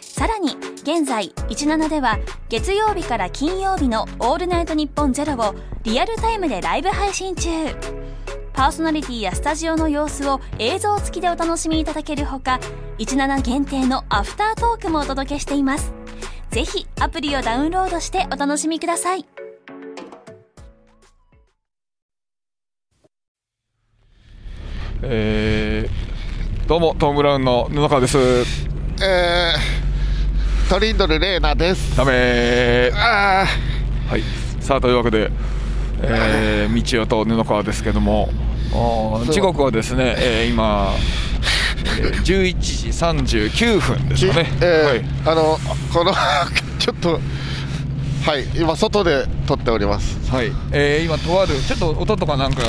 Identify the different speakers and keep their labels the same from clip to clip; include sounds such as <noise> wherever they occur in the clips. Speaker 1: さらに現在17では月曜日から金曜日の「オールナイトニッポンゼロをリアルタイムでライブ配信中パーソナリティやスタジオの様子を映像付きでお楽しみいただけるほか17限定のアフタートークもお届けしていますぜひアプリをダウンロードしてお楽しみください
Speaker 2: えーどうもトム・ブラウンの布川です
Speaker 3: えー、トリンドル・レーナです。
Speaker 2: ダメー
Speaker 3: あ
Speaker 2: はいさあというわけで、えー、道夫と布川ですけどもあー時刻はですね、えー、今えー11時39分で
Speaker 3: ー
Speaker 2: す
Speaker 3: き
Speaker 2: かね、
Speaker 3: えーあの、この、 <laughs> ちょっと、はい、今、外で撮っております。
Speaker 2: はい、はいえー、今とあるちょっと音とかなんか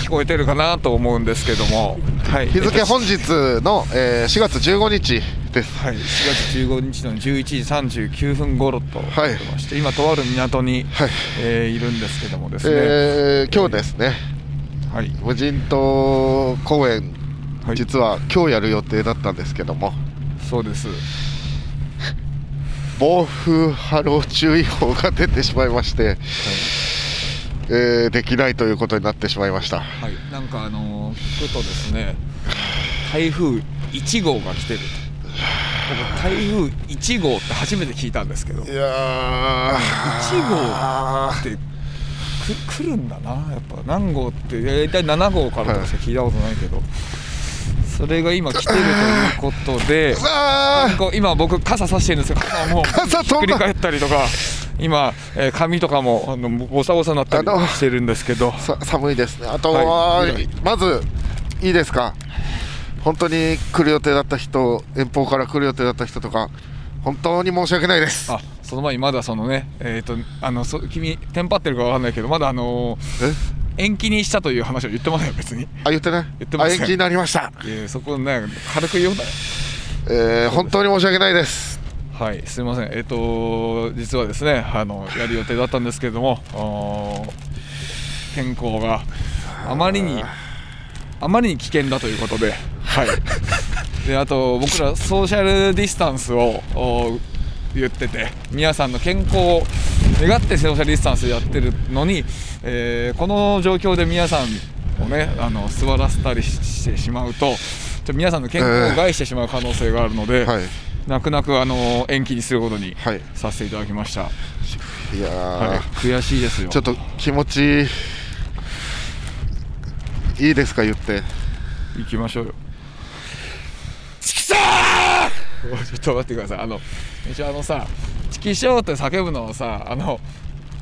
Speaker 2: 聞こえてるかなと思うんですけども、はい、
Speaker 3: 日付
Speaker 2: えー
Speaker 3: 本日の、えー4月15日です。
Speaker 2: はい、4月15日の11時39分頃とな
Speaker 3: はい
Speaker 2: ってまして、今とある港に、
Speaker 3: はい
Speaker 2: えーいるんですけどもですね、
Speaker 3: えー今日ですね、
Speaker 2: はい、
Speaker 3: 無人島公演、
Speaker 2: はい
Speaker 3: 実は今日やる予定だったんですけども、
Speaker 2: そうです
Speaker 3: 暴風波浪注意報が出てしまいまして、えーできないということになってしまいました。
Speaker 2: はい、なんかあのー聞くとですね台風1号が来てると僕台風1号って初めて聞いたんですけど1
Speaker 3: いや
Speaker 2: 号ってく来るんだなやっぱ何号って大体7号からとかしか聞いたことないけど、それが今来てるということで
Speaker 3: あー
Speaker 2: こう今僕傘差してるんですけど傘もう
Speaker 3: 傘
Speaker 2: ひっ
Speaker 3: 飛
Speaker 2: く
Speaker 3: ん
Speaker 2: り
Speaker 3: だ
Speaker 2: 返ったりとか今、えー髪とかもあのボサボサになったり
Speaker 3: あの
Speaker 2: してるんですけど
Speaker 3: さ寒いですね、あとは、
Speaker 2: はい
Speaker 3: まずいいですか、本当に来る予定だった人、遠方から来る予定だった人とか、本当に申し訳ないです。
Speaker 2: あその前にまだそのねえっ、とあのそ君テンパってるかわかんないけどまだあのー
Speaker 3: え
Speaker 2: 延期にしたという話を言ってもないよ別に、
Speaker 3: あ言ってない
Speaker 2: 言ってま
Speaker 3: あ
Speaker 2: せん
Speaker 3: 延期になりました、
Speaker 2: えーそこね軽く言うなよ
Speaker 3: えー本当に申し訳ないです。
Speaker 2: はいすいませんえっ、と実はですねあのやる予定だったんですけれどもあー天候があまりにあまりに危険だということではいであと僕らソーシャルディスタンスをお言ってて皆さんの健康を願ってソーシャルディスタンスやってるのに、えーこの状況で皆さんをねあの座らせたりししてしまうとちょっと皆さんの健康を害してしまう可能性があるので、
Speaker 3: はい
Speaker 2: 泣く泣くあの延期にすることに
Speaker 3: はい
Speaker 2: させていただきました、
Speaker 3: いやー、
Speaker 2: はい悔しいですよ
Speaker 3: ちょっと気持ちいいですか、言って。
Speaker 2: 行きましょうよチキショ <laughs> ーちょっと待ってくださいあの一応あのさチキショーって叫ぶのはさあの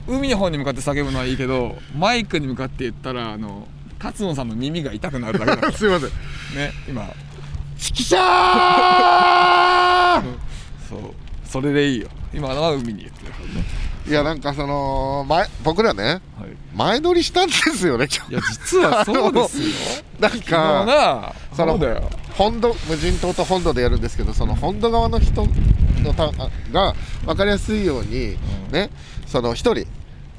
Speaker 2: 海の方に向かって叫ぶのはいいけどマイクに向かって言ったらあの辰野さんの耳が痛くなるだけだからね
Speaker 3: <laughs> すいません。 <laughs>
Speaker 2: 今
Speaker 3: チキシャー
Speaker 2: そうそれでいいよ今のは海に言ってるからね、
Speaker 3: いや、なんかその、前僕らね、
Speaker 2: はい、
Speaker 3: 前乗りしたんですよね、今
Speaker 2: いや実はそうです
Speaker 3: <laughs>
Speaker 2: よ
Speaker 3: 日なん
Speaker 2: 昨日
Speaker 3: か、
Speaker 2: な
Speaker 3: そ
Speaker 2: そ
Speaker 3: の
Speaker 2: うだよ
Speaker 3: 本土、無人島と本土でやるんですけど、その本土側の人のたあが分かりやすいように、ね、その一人、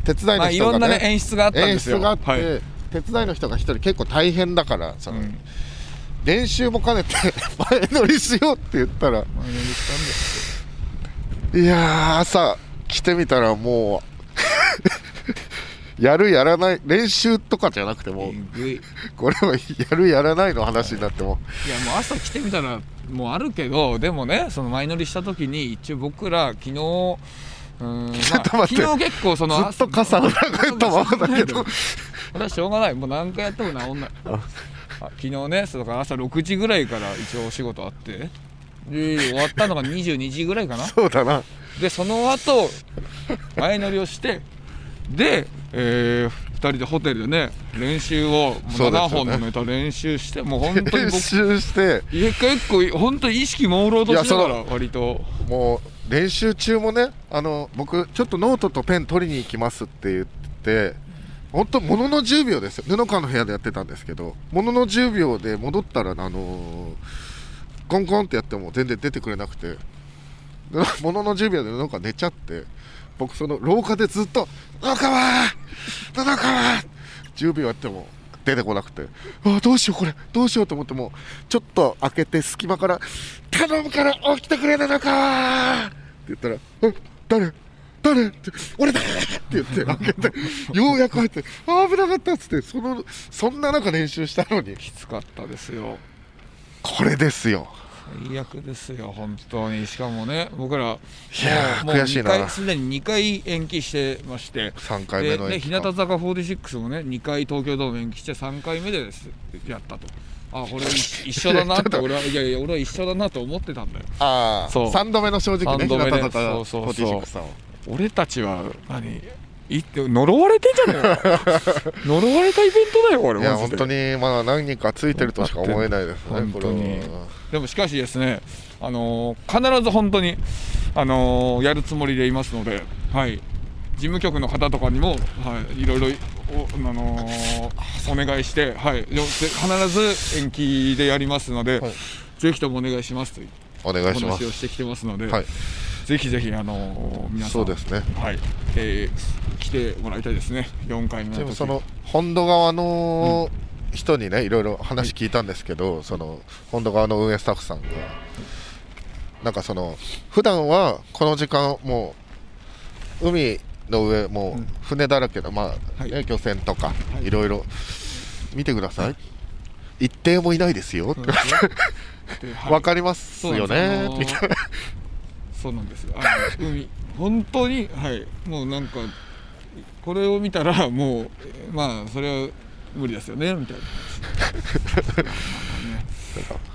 Speaker 3: 手
Speaker 2: ま
Speaker 3: 伝いの
Speaker 2: あいろ
Speaker 3: 人が、ね
Speaker 2: んなね演出があったんで
Speaker 3: 演
Speaker 2: すよ
Speaker 3: 出があって、
Speaker 2: はい
Speaker 3: 手伝いの人が一人、結構大変だから、その
Speaker 2: うん
Speaker 3: 練習も兼ねて <laughs> 前乗りしようって言ったら、
Speaker 2: 前乗りしたんだよ
Speaker 3: いやー、朝来てみたらもう、 <laughs> やる、やらない、練習とかじゃなくてもう、
Speaker 2: えぐい
Speaker 3: これはやる、やらないの話になってもう。
Speaker 2: いやもう朝来てみたらもうあるけどでもねその前乗りした時に一応僕ら昨日 <laughs> うーん、まあ
Speaker 3: ちょっと待って
Speaker 2: 昨日結構その
Speaker 3: ずっと傘を
Speaker 2: 朝
Speaker 3: 抱えたままだけど
Speaker 2: これはしょうがないもう何回やっても治んないあ昨日ねそうだから朝6時ぐらいから一応お仕事あってで終わったのが22時ぐらいかな
Speaker 3: そうだな <laughs>
Speaker 2: でその後前乗りをしてで、えー人でホテルでね練習を
Speaker 3: そうですよね
Speaker 2: 7本のネタ練習してもう本当に
Speaker 3: 練 <laughs>
Speaker 2: 僕
Speaker 3: 習して
Speaker 2: いや結構本当に意識朦朧としなが
Speaker 3: い
Speaker 2: ら
Speaker 3: や
Speaker 2: 割と
Speaker 3: もう練習中もねあの僕ちょっとノートとペン取りに行きますって言って本当ものの10秒ですよ布川の部屋でやってたんですけどものの10秒で戻ったらあのーコンコンってやっても全然出てくれなくて布ものの10秒で布川寝ちゃって僕その廊下でずっと「布川布川!」10秒やっても出てこなくて「あどうしようこれどうしよう」と思ってもちょっと開けて隙間から「頼むから起きてくれ布川!」って言ったら「え誰誰?」って「俺だ!」って言って開けてようやく入って「あー危なかった」っつってそのそんな中練習したのに
Speaker 2: きつかったですよ
Speaker 3: これですよ
Speaker 2: 最悪ですよ本当にしかもね僕ら
Speaker 3: いやー
Speaker 2: もうもう
Speaker 3: 悔しい
Speaker 2: 二回
Speaker 3: な
Speaker 2: すでに2回延期してまして
Speaker 3: 3回目
Speaker 2: で
Speaker 3: の
Speaker 2: ね、
Speaker 3: 演
Speaker 2: 日
Speaker 3: 技
Speaker 2: 向坂46もね2回東京ドーム延期して3回目でですやったとあこれ一一緒だ <laughs> なって俺はいやいや俺は一緒だなと思ってたんだよ
Speaker 3: ああ
Speaker 2: そう
Speaker 3: 3度目の正直ね
Speaker 2: 三度
Speaker 3: 日向
Speaker 2: 目ね
Speaker 3: 坂
Speaker 2: そうそうそう
Speaker 3: 46さんを
Speaker 2: 俺たちは何いって呪われてんじゃねえよ <laughs> 呪われたイベントだよこれ
Speaker 3: いや
Speaker 2: マジ
Speaker 3: 本
Speaker 2: で
Speaker 3: 当にまあ何人かついてるとしか思えないですね
Speaker 2: 本当に
Speaker 3: これは
Speaker 2: でもしかしですね、あのー必ず本当に、あのーやるつもりでいますので、はい、事務局の方とかにも、はい、いろいろお,、あのーお願いして、はい、よ必ず延期でやりますので、
Speaker 3: はい
Speaker 2: ぜひともお願いしますという
Speaker 3: お願
Speaker 2: お
Speaker 3: いします
Speaker 2: 話をしてきてますので、
Speaker 3: はい
Speaker 2: ぜひぜひ、あのー皆さん
Speaker 3: そうですね
Speaker 2: はいえー来てもらいたいですね、4回目
Speaker 3: で
Speaker 2: の
Speaker 3: も
Speaker 2: 時
Speaker 3: その本土側の人にねいろいろ話聞いたんですけど、その本土側の運営スタッフさんがなんかその普段はこの時間もう海の上もう船だらけだ、まあ、
Speaker 2: はい
Speaker 3: ね漁船とか、
Speaker 2: い
Speaker 3: い、ろいろ見てください、一定もいないですよ、
Speaker 2: そう
Speaker 3: わ
Speaker 2: ですで
Speaker 3: <laughs>
Speaker 2: はい
Speaker 3: 分かりますよね
Speaker 2: そうなんで
Speaker 3: みた
Speaker 2: す
Speaker 3: い
Speaker 2: あのそうなんですよ。あの海本当にはいもうなんかこれを見たらもうえーまあそれは無理ですよねみ <laughs> たいな。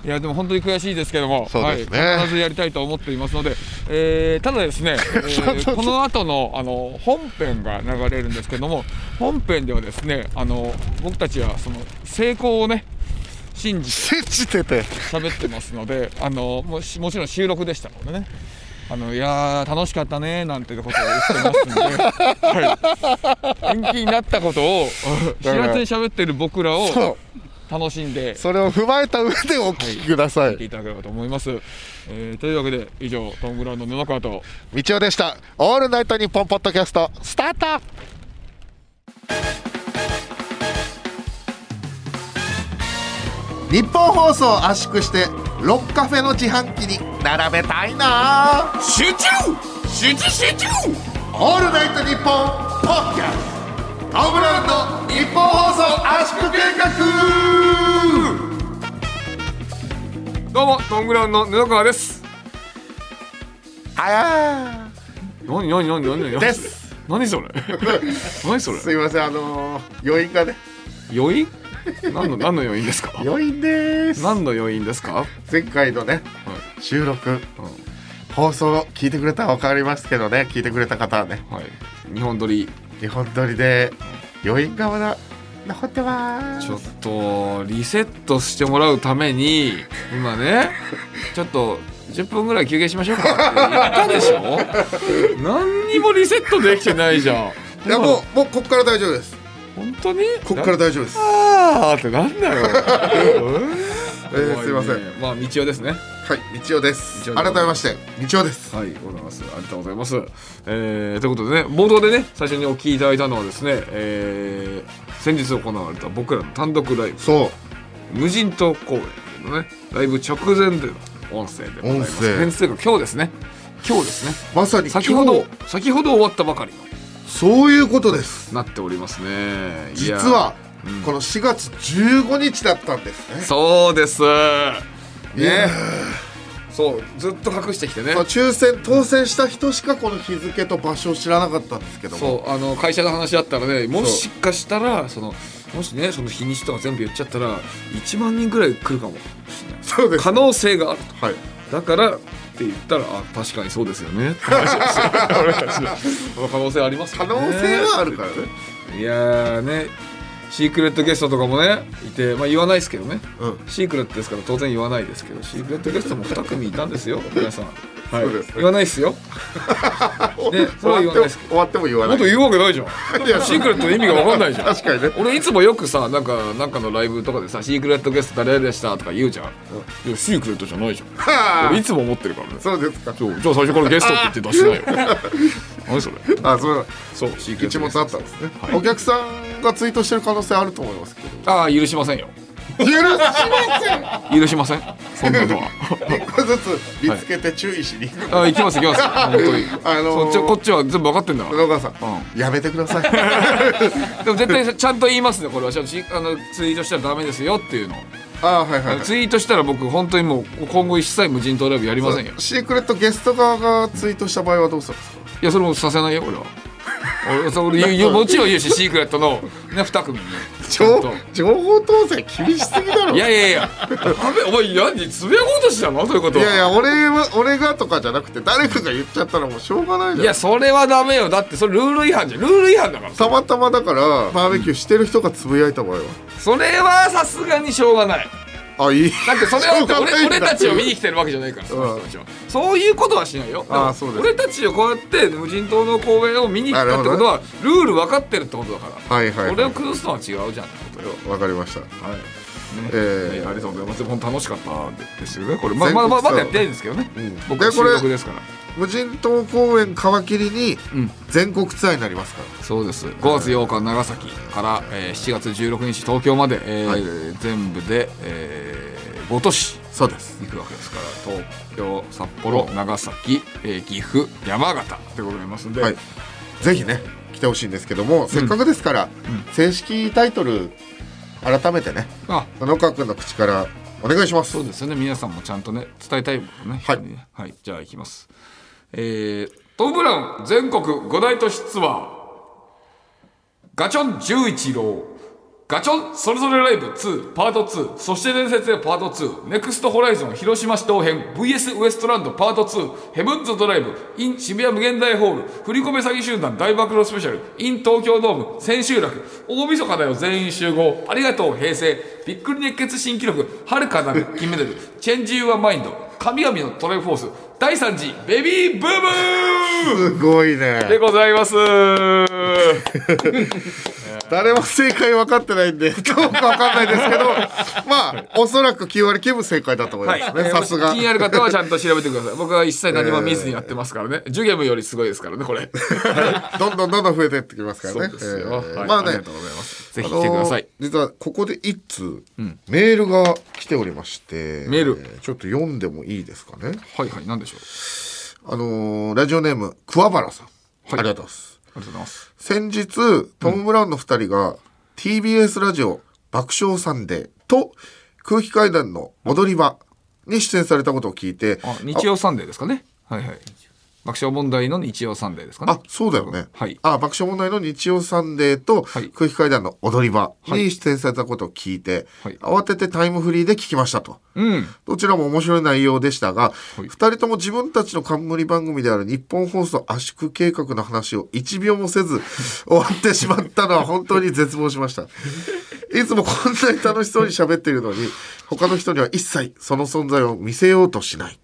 Speaker 2: いやでも本当に悔しいですけども、
Speaker 3: そう
Speaker 2: は
Speaker 3: で
Speaker 2: い、
Speaker 3: すね
Speaker 2: 必ずやりたいと思っていますので、えーただ <laughs> ですね、えーこの後のあの本編が流れるんですけども本編ではですねあの僕たちはその成功をね信じて
Speaker 3: 信じてて
Speaker 2: 喋ってますので、あのもうしもちろん収録でしたのでね。あのいやー楽しかったねなんてことを言ってますので、はい、延期になったことを知
Speaker 3: だから
Speaker 2: らずに喋ってる僕らを
Speaker 3: そう
Speaker 2: 楽しんで
Speaker 3: それを踏まえた上でお聞きくださ
Speaker 2: 見
Speaker 3: い
Speaker 2: ていただければと思います、えーというわけで以上トム・ブラウンの沼川と
Speaker 3: みちおでした「オールナイトニッポン」ポッドキャストスタート日本放送を圧縮してロッカフェの自販機に並べたいな
Speaker 2: 集中集中集中
Speaker 3: オールナイトニッポンポッドキャスト青ブラウンド日本放送圧縮計画
Speaker 2: どうもトム・ブラウンの沼川です
Speaker 3: あや
Speaker 2: 何何何何何
Speaker 3: です
Speaker 2: 何それ
Speaker 3: <laughs>
Speaker 2: 何それ
Speaker 3: ーすいませんあのー、余韻がね
Speaker 2: 余韻何の何の余韻ですか
Speaker 3: 余韻です
Speaker 2: 何の余韻ですか、はい
Speaker 3: 前回のね収録、放送聞いてくれたら分かりますけどね聞いてくれた方はね
Speaker 2: はい、日本撮り
Speaker 3: 日本撮りで余韻がまだ残ってます
Speaker 2: ちょっとリセットしてもらうために今ねちょっと10分ぐらい休憩しま
Speaker 3: <laughs>
Speaker 2: しょうかって言ったでしょ何にもリセットできてないじゃん
Speaker 3: いやもうもうこっから大丈夫です
Speaker 2: 本当に
Speaker 3: こっから大丈夫です、
Speaker 2: あーってなんだよ、
Speaker 3: <laughs> えー、すいませんは
Speaker 2: んまあ道夫ですね
Speaker 3: い道夫です
Speaker 2: 道夫で
Speaker 3: 改
Speaker 2: ございます
Speaker 3: めまして道夫です
Speaker 2: はい、ございます。ありがとうございます。えーということでね、冒頭でね、最初にお聞きいただいたのはですね、えー先日行われた僕らの単独ライブ
Speaker 3: そ
Speaker 2: 無人島公演のねライブ直前での音声でございま
Speaker 3: 音声
Speaker 2: す編成が今日ですね今日ですね
Speaker 3: うまさに今日
Speaker 2: 先ほど先ほど終わったばかり
Speaker 3: そういうことです
Speaker 2: のなっておりますねい
Speaker 3: 実
Speaker 2: や
Speaker 3: はこの4月15日だったんですね
Speaker 2: そうです
Speaker 3: いや
Speaker 2: ねそうずっと隠してきてね
Speaker 3: まあ抽選当選した人しかこの日付と場所を知らなかったんですけども
Speaker 2: そうあの会社の話だったらねもしかしたらそのもしねその日にちとか全部言っちゃったら1万人ぐらい来るかもしれない
Speaker 3: そうです
Speaker 2: 可能性があると
Speaker 3: はい
Speaker 2: だからって言ったらあ確かにそうですよ <laughs> ねって話をして俺たちの可能性ありますよ
Speaker 3: 可
Speaker 2: ね
Speaker 3: 能性はあるからね
Speaker 2: いやーねシークレットゲストとかもねいてまあ言わないですけどね
Speaker 3: うん
Speaker 2: シークレットですから当然言わないですけどシークレットゲストも2組いたんですよ皆さん、はい
Speaker 3: そうですね
Speaker 2: 言わないですよねそ
Speaker 3: 終
Speaker 2: れは
Speaker 3: わ
Speaker 2: 言わない
Speaker 3: っ
Speaker 2: で
Speaker 3: て
Speaker 2: すけ
Speaker 3: 終わっても言わ
Speaker 2: も
Speaker 3: な
Speaker 2: っと
Speaker 3: い
Speaker 2: 言うわけないじゃん
Speaker 3: いや
Speaker 2: シ <laughs> ークレットの意味が分かんないじゃん
Speaker 3: 確かにね
Speaker 2: 俺いつもよくさなんかなんかのライブとかでさ「シークレットゲスト誰でした?」とか言うじゃん、いやシークレットじゃないじゃん
Speaker 3: は
Speaker 2: 俺
Speaker 3: あ
Speaker 2: いつも思ってるからね
Speaker 3: そうですか
Speaker 2: そうじゃあ最初からゲストって言って出しないよ <laughs> 何それ
Speaker 3: あそう
Speaker 2: そうシークレッ
Speaker 3: 一
Speaker 2: トゲ
Speaker 3: 物
Speaker 2: スト
Speaker 3: あったんですね、
Speaker 2: はい
Speaker 3: お客さんがツイートしてる可能性あると思い
Speaker 2: <laughs>
Speaker 3: ますけど
Speaker 2: ああ許しませんよ
Speaker 3: 許しません
Speaker 2: 許しませんそんなのは
Speaker 3: 一個ずつ見つけて注意しに行く、
Speaker 2: あ行きます行きます本当に、
Speaker 3: あのー
Speaker 2: そっちこっちは全部分かってんだから
Speaker 3: 野川さん、やめてく
Speaker 2: <laughs>
Speaker 3: ださい
Speaker 2: でも絶対ちゃんと言いますねこれはちゃんとしあのツイートしたらダメですよっていうのを
Speaker 3: あはいはい、はい、
Speaker 2: ツイートしたら僕本当にもう今後一切無人島ライブやりませんよ
Speaker 3: シークレットゲスト側がツイートした場合はどうするんですか
Speaker 2: いやそれもさせないよ俺は俺そう俺言う言うもちろん言うしシークレットの、ね、2組にちゃんと
Speaker 3: 情情報統制厳しすぎだろ
Speaker 2: いやいやい <laughs> やダメお前何つぶやこうとしたのそういうこと
Speaker 3: いやいや俺は俺がとかじゃなくて誰かが言っちゃったらもうしょうがないじゃん
Speaker 2: いやそれはダメよだってそれルール違反じゃんルール違反だから
Speaker 3: たまたまだからバーベキューしてる人がつぶやいた場合
Speaker 2: それはさすがにしょうがない
Speaker 3: はあいい
Speaker 2: だってそれ
Speaker 3: し
Speaker 2: は
Speaker 3: ょうがない
Speaker 2: 俺
Speaker 3: んだ
Speaker 2: 俺たちを見に来てるわけじゃないからその人たちはそういうことはしないよ
Speaker 3: あー
Speaker 2: も
Speaker 3: そうです
Speaker 2: 俺たちをこうやって無人島の公園を見に来たってことはルール分かってるってことだから
Speaker 3: はいはい、
Speaker 2: そ
Speaker 3: は
Speaker 2: れを崩すのは違うじゃんってことよ
Speaker 3: い、わかりました
Speaker 2: はいね
Speaker 3: えー
Speaker 2: いやありがとうございます本当楽しかったですよねこれまあ
Speaker 3: 全
Speaker 2: まあ
Speaker 3: 国
Speaker 2: まあま
Speaker 3: ツアー
Speaker 2: だやってないんですけどね
Speaker 3: うん
Speaker 2: 僕は
Speaker 3: で
Speaker 2: 収
Speaker 3: これ
Speaker 2: 録ですから
Speaker 3: 無人島公園皮切りに
Speaker 2: うん
Speaker 3: 全国ツアーになりますから
Speaker 2: そうです5月8日長崎からえー7月16日東京までえー
Speaker 3: はい
Speaker 2: 全部でえー5都市
Speaker 3: そうです
Speaker 2: 行くわけですから東京札幌長崎、えー岐阜山形でございますんで、
Speaker 3: はいぜひね来てほしいんですけども、せっかくですから、正式タイトル改めてね
Speaker 2: あ
Speaker 3: 野川君の口からお願いします
Speaker 2: そうですよね皆さんもちゃんとね伝えたいもんね、人
Speaker 3: はい
Speaker 2: にねはい、じゃあいきますえー、トム・ブラウン全国5大都市ツアーガチョン十一郎ガチョンそれぞれライブ2パート2そして伝説へパート2ネクストホライゾン広島市東編 VS ウエストランドパート2ヘブンズドライブ in 渋谷無限大ホール振り込め詐欺集団大暴露スペシャル in 東京ドーム千秋楽大晦日だよ全員集合ありがとう平成びっくり熱血新記録はるかなる金メダルチェンジ・ユー・ア・マインド神々のトライフォース第3次ベビーブーム
Speaker 3: すごい
Speaker 2: で
Speaker 3: ね
Speaker 2: ございます
Speaker 3: 誰も正解分かってないんで <laughs> どうか分かんないですけどまあおそらく9割9分正解だと思い
Speaker 2: は
Speaker 3: ま
Speaker 2: い、
Speaker 3: す <laughs> ねさす
Speaker 2: えー <laughs>
Speaker 3: が
Speaker 2: 気になる方はちゃんと調べてください。僕は一切何も見ずにやってますからね。ジュゲムよりすごいですからね、こ
Speaker 3: <laughs>
Speaker 2: れ。
Speaker 3: どんどんどんどん増えてってきますから
Speaker 2: そう
Speaker 3: ね
Speaker 2: ですよ。
Speaker 3: えー
Speaker 2: はい
Speaker 3: まあ
Speaker 2: あり
Speaker 3: ね
Speaker 2: がとうございます。ぜひ来てください。
Speaker 3: あのー実はここで一通、メールが来ておりまして
Speaker 2: メール
Speaker 3: えちょっと読んでもいいですかね
Speaker 2: はいはい、なんでしょう。
Speaker 3: あのーラジオネーム桑原さん、ありがとうございます
Speaker 2: ありがとうございます。
Speaker 3: 先日トム・ブラウンの2人が TBS ラジオ「爆笑サンデー」と空気階段の踊り場に出演されたことを聞いて
Speaker 2: あ、日曜サンデーですかね。はいはい。爆笑問題の日曜サンデーですかね
Speaker 3: あ。そうだよね、
Speaker 2: はい
Speaker 3: あ爆笑問題の日曜サンデーと
Speaker 2: はい
Speaker 3: 空気階段の踊り場に出演されたことを聞いて、
Speaker 2: はい
Speaker 3: 慌ててタイムフリーで聞きましたと。
Speaker 2: うん。
Speaker 3: どちらも面白い内容でしたが、二
Speaker 2: い
Speaker 3: 2人とも自分たちの冠番組である日本放送圧縮計画の話を1秒も
Speaker 2: <laughs>
Speaker 3: せず終わってしまったのは本当に絶望しました。いつもこんなに楽しそうに喋っているのに、他の人には一切その存在を見せようとしない。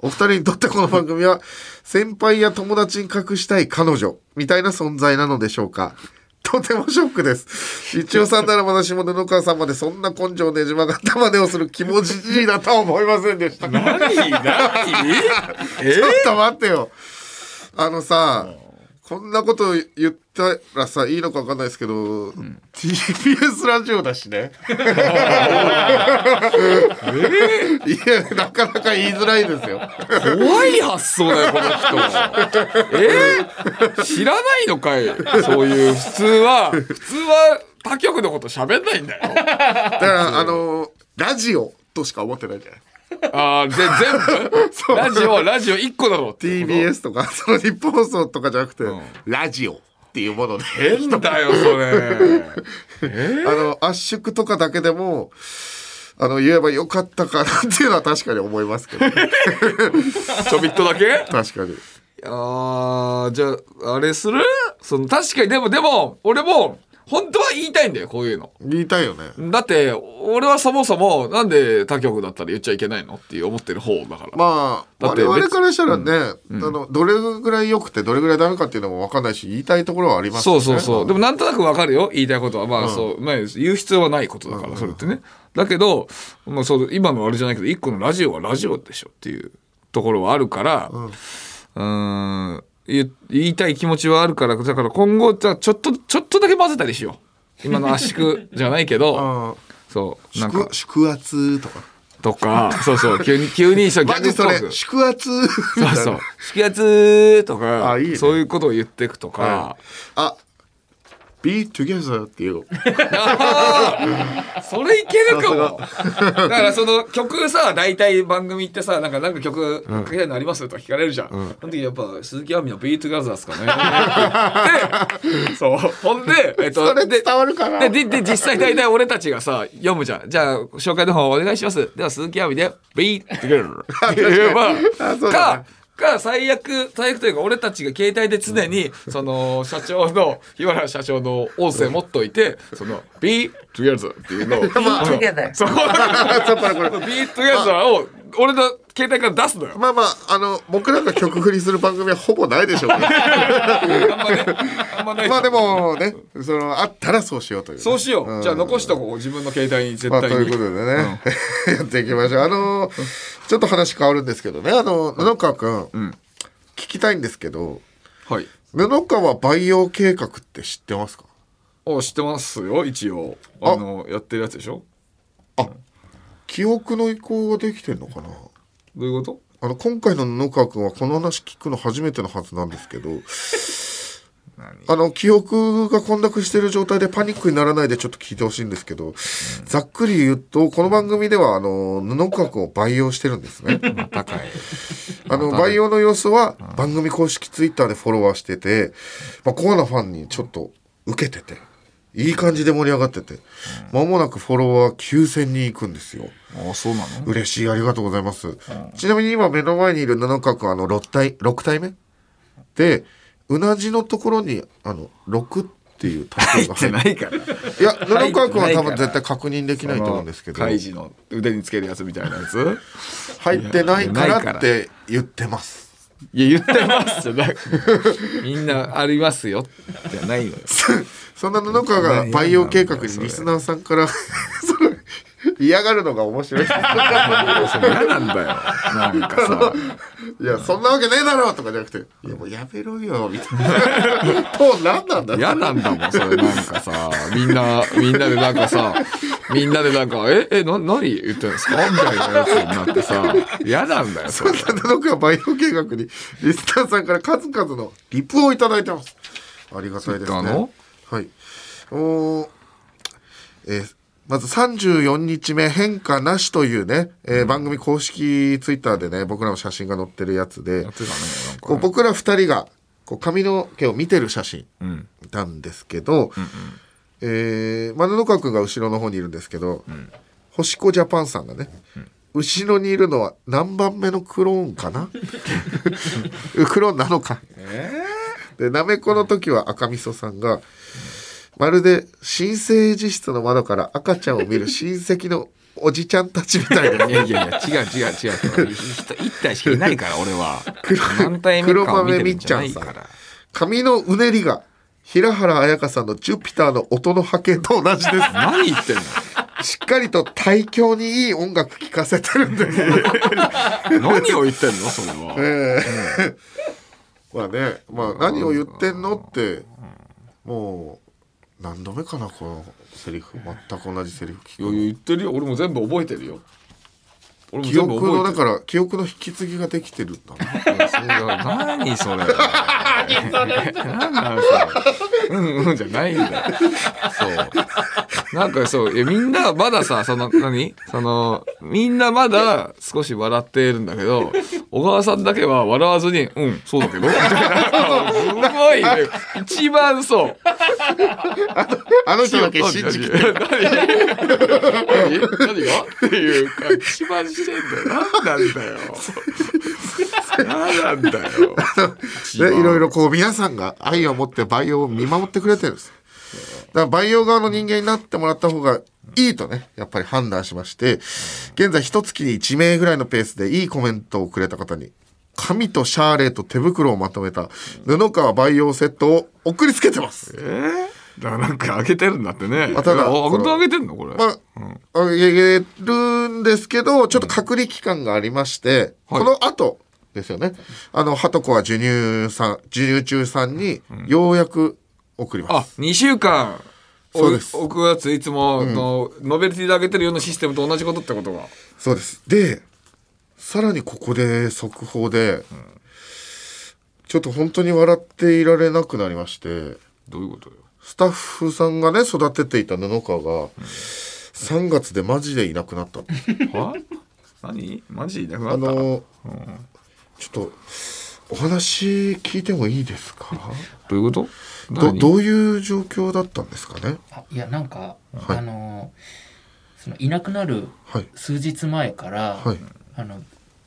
Speaker 3: お二人にとってこの番組は、先輩や友達に隠したい彼女みたいな存在なのでしょうかとてもショックです。一応さんなら私も布川さんまでそんな根性ねじ曲がった真似をする気持ちいいなとは思いませんでした。ちょっ
Speaker 2: 何何
Speaker 3: と待ってよ。あのさ、こんなこと言ったらさ、いいのかわかんないですけど、TBS ラジオだしね。いや、なかなか言いづらいですよ。
Speaker 2: 怖い発想だよ、この
Speaker 3: <laughs>
Speaker 2: 人。えー、知らないのかいそういう、普通は、普通は他局のこと喋んないんだよ。
Speaker 3: だから、あの、ラジオとしか思ってないじゃない。
Speaker 2: ああ、で、
Speaker 3: <laughs>
Speaker 2: 全部ラジオ、ラジオ1個だろってこと。
Speaker 3: TBS とか、 <laughs> その日本放送とかじゃなくて、
Speaker 2: ん
Speaker 3: ラジオっていうもので、
Speaker 2: 変だよ、それ。
Speaker 3: あの、圧縮とかだけでも、あの言えばよかったかなっていうのは確かに思いま
Speaker 2: <laughs>
Speaker 3: すけど、ね、
Speaker 2: <laughs> ちょびっとだけ
Speaker 3: 確かに
Speaker 2: あーじゃああれするその確かにでもでも俺も本当は言いたいんだよこういうの
Speaker 3: 言いたいよね
Speaker 2: だって俺はそもそもなんで他局だったら言っちゃいけないのっていう思ってる方だから、
Speaker 3: まあ
Speaker 2: だって
Speaker 3: 我
Speaker 2: 別
Speaker 3: 々からしたらね、あのどれぐらい良くてどれぐらいダメかっていうのも分かんないし言いたいところはありますよ
Speaker 2: そ
Speaker 3: ね
Speaker 2: うそうそう、でもなんとなくわかるよ言いたいことはまあ、
Speaker 3: うん
Speaker 2: そうまあ言う必要はないことだから、それってねだけど、まあ、そう今のあれじゃないけど一個のラジオはラジオでしょっていうところはあるから、うーん言言いたい気持ちはあるからだから今後じゃあちょっとちょっとだけ混ぜたりしよう今の圧縮じゃないけど、
Speaker 3: うん
Speaker 2: そうなんか
Speaker 3: 宿宿圧とか
Speaker 2: とかそうそう急
Speaker 3: <laughs>
Speaker 2: に急にそうギャ
Speaker 3: 何
Speaker 2: グト
Speaker 3: そ
Speaker 2: ー
Speaker 3: れ
Speaker 2: ク <laughs>
Speaker 3: 宿圧
Speaker 2: そうそう「好きやつ」とか
Speaker 3: あいいね
Speaker 2: そういうことを言っていくとか、
Speaker 3: あ be together っていう
Speaker 2: それいけるかも。だからその曲さ、大体番組ってさ、なんかなんか曲かけたいのありますとか聞かれるじゃん。その時やっぱ鈴木亜美のビートガーザーですか
Speaker 3: <laughs>
Speaker 2: ね。で、そう。ほんで、えっと、
Speaker 3: それ
Speaker 2: で
Speaker 3: 伝わるかな
Speaker 2: で、で、で実際大体俺たちがさ、読むじゃん。じゃあ、紹介の方お願いします。では、鈴木亜美で、ビートガーザーって言え <laughs>
Speaker 3: あそ
Speaker 2: ば、
Speaker 3: うだ
Speaker 2: か
Speaker 3: ね、
Speaker 2: か最悪最悪というか俺たちが携帯で常にその社長の日原社長の音声持っといてその「Be Together」って <laughs> いうのを
Speaker 4: いいけど
Speaker 2: そう
Speaker 3: <laughs> そうこれこれ
Speaker 2: Be Together を俺の携帯から出すの
Speaker 3: <laughs>
Speaker 2: よ。
Speaker 3: まあまああの僕らが曲振りする番組はほぼないでしょうけど
Speaker 2: あんまねあんまない。
Speaker 3: <laughs> まあでもねそのあったらそうしようというね、
Speaker 2: そうしよう。
Speaker 3: ん
Speaker 2: じゃあ残しとこう自分の携帯に絶
Speaker 3: まあ、と
Speaker 2: 対
Speaker 3: いう
Speaker 2: に
Speaker 3: こ。とでね、 <laughs> やっていきましょう。あのーちょっと話変わるんですけどね、あの、布川くん、聞きたいんですけど、
Speaker 2: はい。
Speaker 3: 布川培養計画って知ってますか
Speaker 2: お知ってますよ一応
Speaker 3: あ
Speaker 2: あのやってるやつでしょ。
Speaker 3: 記憶の移行ができてるのかな
Speaker 2: どういうこと？
Speaker 3: あの、今回の布川くんはこの話聞くの初めてのはずなんですけど、あの、記憶が混濁している状態でパニックにならないでちょっと聞いてほしいんですけど、ざっくり言うと、この番組では、あの、布川くんを培養してるんですね。
Speaker 2: 高い。
Speaker 3: <laughs> あの、培養の様子は番組公式ツイッターでフォロワーしてて、まあ、コアなファンにちょっと受けてて、いい感じで盛り上がってて、まもなくフォロワー9000人いくんですよ。
Speaker 2: <laughs> あそうなの？
Speaker 3: 嬉しい、ありがとうございます。ちなみに今目の前にいる七角、あの、6体、6体目で、うなじのところに、あの、6っていうタトゥーが
Speaker 2: じ
Speaker 3: 入
Speaker 2: ゃ
Speaker 3: って
Speaker 2: ないから。
Speaker 3: いや、七角
Speaker 2: 入
Speaker 3: は
Speaker 2: ってな
Speaker 3: 多
Speaker 2: いから
Speaker 3: 分絶対確認できないと思うんですけど、
Speaker 2: 開示の腕につけるやつみたいなやつ。 <laughs>
Speaker 3: 入ってないか
Speaker 2: ないからら
Speaker 3: って言ってます。 <laughs>
Speaker 2: いや、言ってますよ。なんか <laughs> みんなありますよ。じゃないのよ。
Speaker 3: そんな布川が培養計画にリスナーさんから <laughs> それ嫌がるのが面白い。 <laughs>
Speaker 2: それ嫌なんだよ。なんかさ。
Speaker 3: いや、そんなわけねえだろとかじゃなくて、いや、もうやめろよ、みたい <laughs> な。と、何なんだ
Speaker 2: 嫌なんだもん、それなんかさ。みんな、みんなでなんかさ、みんなでなんか、え、え、な、何言ってんですかみたいなやつになってさ。嫌なんだよ、それ。
Speaker 3: 布川培養計画にリスナーさんから数々のリプをいただいてます。ありがたい
Speaker 2: ツ
Speaker 3: です
Speaker 2: イッター
Speaker 3: ね
Speaker 2: の。
Speaker 3: はい。おーえーまず34日目変化なしというね、えー番組公式ツイッターでね、僕らの写真が載ってるやつで
Speaker 2: やっ、てたね、なんか
Speaker 3: こう僕ら二人がこう髪の毛を見てる写真
Speaker 2: ん
Speaker 3: なんですけど、えー、まあ布川君が後ろの方にいるんですけど、星子ジャパンさんがね、後ろにいるのは何番目のクローンかな <laughs> クローンなのか。でなめこの時は赤みそさんが、まるで新生児室の窓から赤ちゃんを見る親戚のおじちゃんたちみたいな。 <laughs>
Speaker 2: いやいやいや、違う違う違う。人一体しかいないから、俺は。何体目
Speaker 3: 黒
Speaker 2: かを見
Speaker 3: 豆
Speaker 2: て
Speaker 3: み
Speaker 2: る
Speaker 3: っ
Speaker 2: ん
Speaker 3: ち
Speaker 2: じ
Speaker 3: ゃ
Speaker 2: ゃなんい
Speaker 3: さん
Speaker 2: から。
Speaker 3: 髪のうねりが平原綾香さんの「ジュピター」の音の波形と同じで
Speaker 2: 何言ってんの
Speaker 3: すしっかりと体調にいい音楽聴かせてるんで
Speaker 2: <laughs> 何を言ってんのそれは。
Speaker 3: まあねまあ何を言ってんのってもう何度目かなこのセリフ全く同じセリフ
Speaker 2: い
Speaker 3: 聞
Speaker 2: や
Speaker 3: く
Speaker 2: いや言ってるよ俺も全部覚えてるよ俺も
Speaker 3: 記
Speaker 2: 全部
Speaker 3: 憶の
Speaker 2: 覚
Speaker 3: だ
Speaker 2: えて
Speaker 3: から記憶の引き継ぎができてるんだな
Speaker 2: <laughs> るそれが何それ何なのそれうんうんじゃないんだよそうなんかそういやみんなまださその何そのみんなまだ少し笑 <laughs> ってるんだけど小川さんだけは笑わずに「うんそうだけど」みたいなすごいいよ一番そう
Speaker 3: あの人だけ信じきてる。
Speaker 2: 何何何がっていうか一番してんだよ何なんだよ何なんだよ
Speaker 3: でいろいろこう皆さんが愛を持って培養を見守ってくれてるんです。だから培養側の人間になってもらった方がいいとね、やっぱり判断しまして、現在一月に1名ぐらいのペースでいいコメントをくれた方に、紙とシャーレと手袋をまとめた布川培養セットを送りつけてます。
Speaker 2: えーだからなんかあげてるんだってね。
Speaker 3: まあただ
Speaker 2: え
Speaker 3: これ
Speaker 2: あ本当あげてんのこれ。
Speaker 3: まあ、あげるんですけど、ちょっと隔離期間がありまして、
Speaker 2: はい
Speaker 3: この後ですよね。あの、ハトコは授乳さん、授乳中さんに、ようやく送ります。
Speaker 2: あ、2週間。
Speaker 3: そうです
Speaker 2: お置くやついつも、のノベルティであげてるようなシステムと同じことってことが。
Speaker 3: そうです。で、さらにここで速報で、ちょっと本当に笑っていられなくなりまして、
Speaker 2: どういうことよ。
Speaker 3: スタッフさんがね、育てていた布川が、3月でマジでいなくなった。
Speaker 2: は何マジでなくな
Speaker 3: あ
Speaker 2: った、
Speaker 3: の、ちょっと、お話聞いてもいいですか
Speaker 2: どういうこと
Speaker 3: ど
Speaker 2: 何
Speaker 3: どういう状況だったんですかね
Speaker 4: あいやなんか、
Speaker 3: はい
Speaker 4: あのそのいなくなる
Speaker 3: はい。
Speaker 4: 数日前から、
Speaker 3: はい。
Speaker 4: あの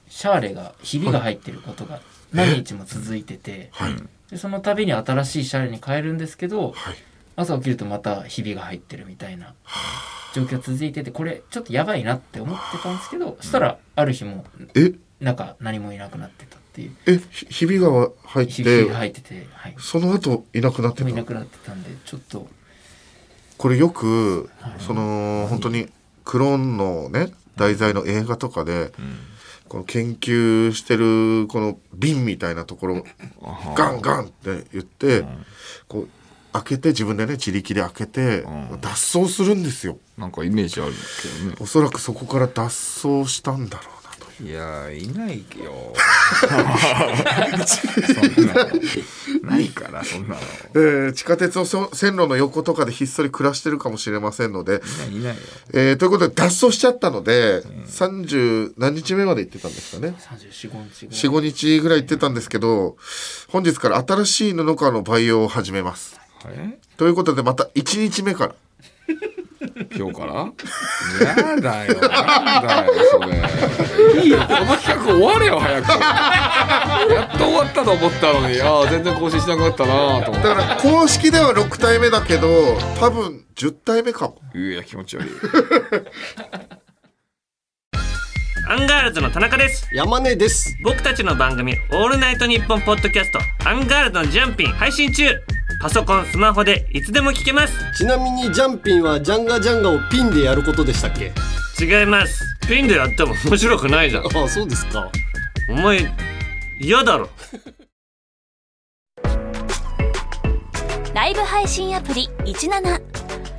Speaker 4: シャーレがひびが入ってることが何日も続いてて、
Speaker 3: はい。
Speaker 4: でその度に新しいシャーレに変えるんですけど
Speaker 3: はい。
Speaker 4: 朝起きるとまたひびが入ってるみたいな状況が続いててこれちょっとやばいなって思ってたんですけどそしたらある日も
Speaker 3: え、
Speaker 4: なんか何もいなくなってたっていう
Speaker 3: え、ひひびが入っ
Speaker 4: ひび
Speaker 3: て
Speaker 4: が、入ってて、はい、
Speaker 3: その後いなくなって
Speaker 4: もうい
Speaker 3: た
Speaker 4: なくなってたんでちょっと
Speaker 3: これよく、
Speaker 4: はい
Speaker 3: その本当にクローンのね題材の映画とかで、この研究してるこの瓶みたいなところ
Speaker 2: あは
Speaker 3: ガンガンって言って、こう開けて自分でね自力で開けて、
Speaker 2: うん
Speaker 3: 脱走するんですよ
Speaker 2: なんかイメージあるけどね。
Speaker 3: おそらくそこから脱走したんだろうなと
Speaker 2: いやーいないよそんなのないからそんなの
Speaker 3: えー地下鉄をそ線路の横とかでひっそり暮らしてるかもしれませんので、
Speaker 2: いないいないよ
Speaker 3: えーということで脱走しちゃったので、30何日目まで行ってたんですかね
Speaker 4: 3445日ぐ
Speaker 3: 45日ぐら
Speaker 4: らい
Speaker 3: い行ってたんですけど本日から新しい布川の培養を始めます
Speaker 2: え
Speaker 3: ということでまた1日目から
Speaker 2: 今日からやだよやだよそれいいよこの企画終われよ早くやっと終わったと思ったのにああ全然更新しなくなったなと思っ
Speaker 3: だから公式では6体目だけど多分10体目かも
Speaker 2: ていや気持ち悪い
Speaker 5: アンガールズの田中です
Speaker 6: 山根です
Speaker 5: 僕たちの番組「オールナイトニッポン」ポッドキャスト「アンガールズのジャンピン」配信中パソコンスマホでいつでも聞けます
Speaker 6: ちなみにジャンピンはジャンガジャンガをピンでやることでしたっけ
Speaker 5: 違いますピンでやっても面白くないじゃん
Speaker 6: ああそうですか
Speaker 5: お前嫌だろ
Speaker 1: ライブ配信アプリ17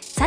Speaker 1: さ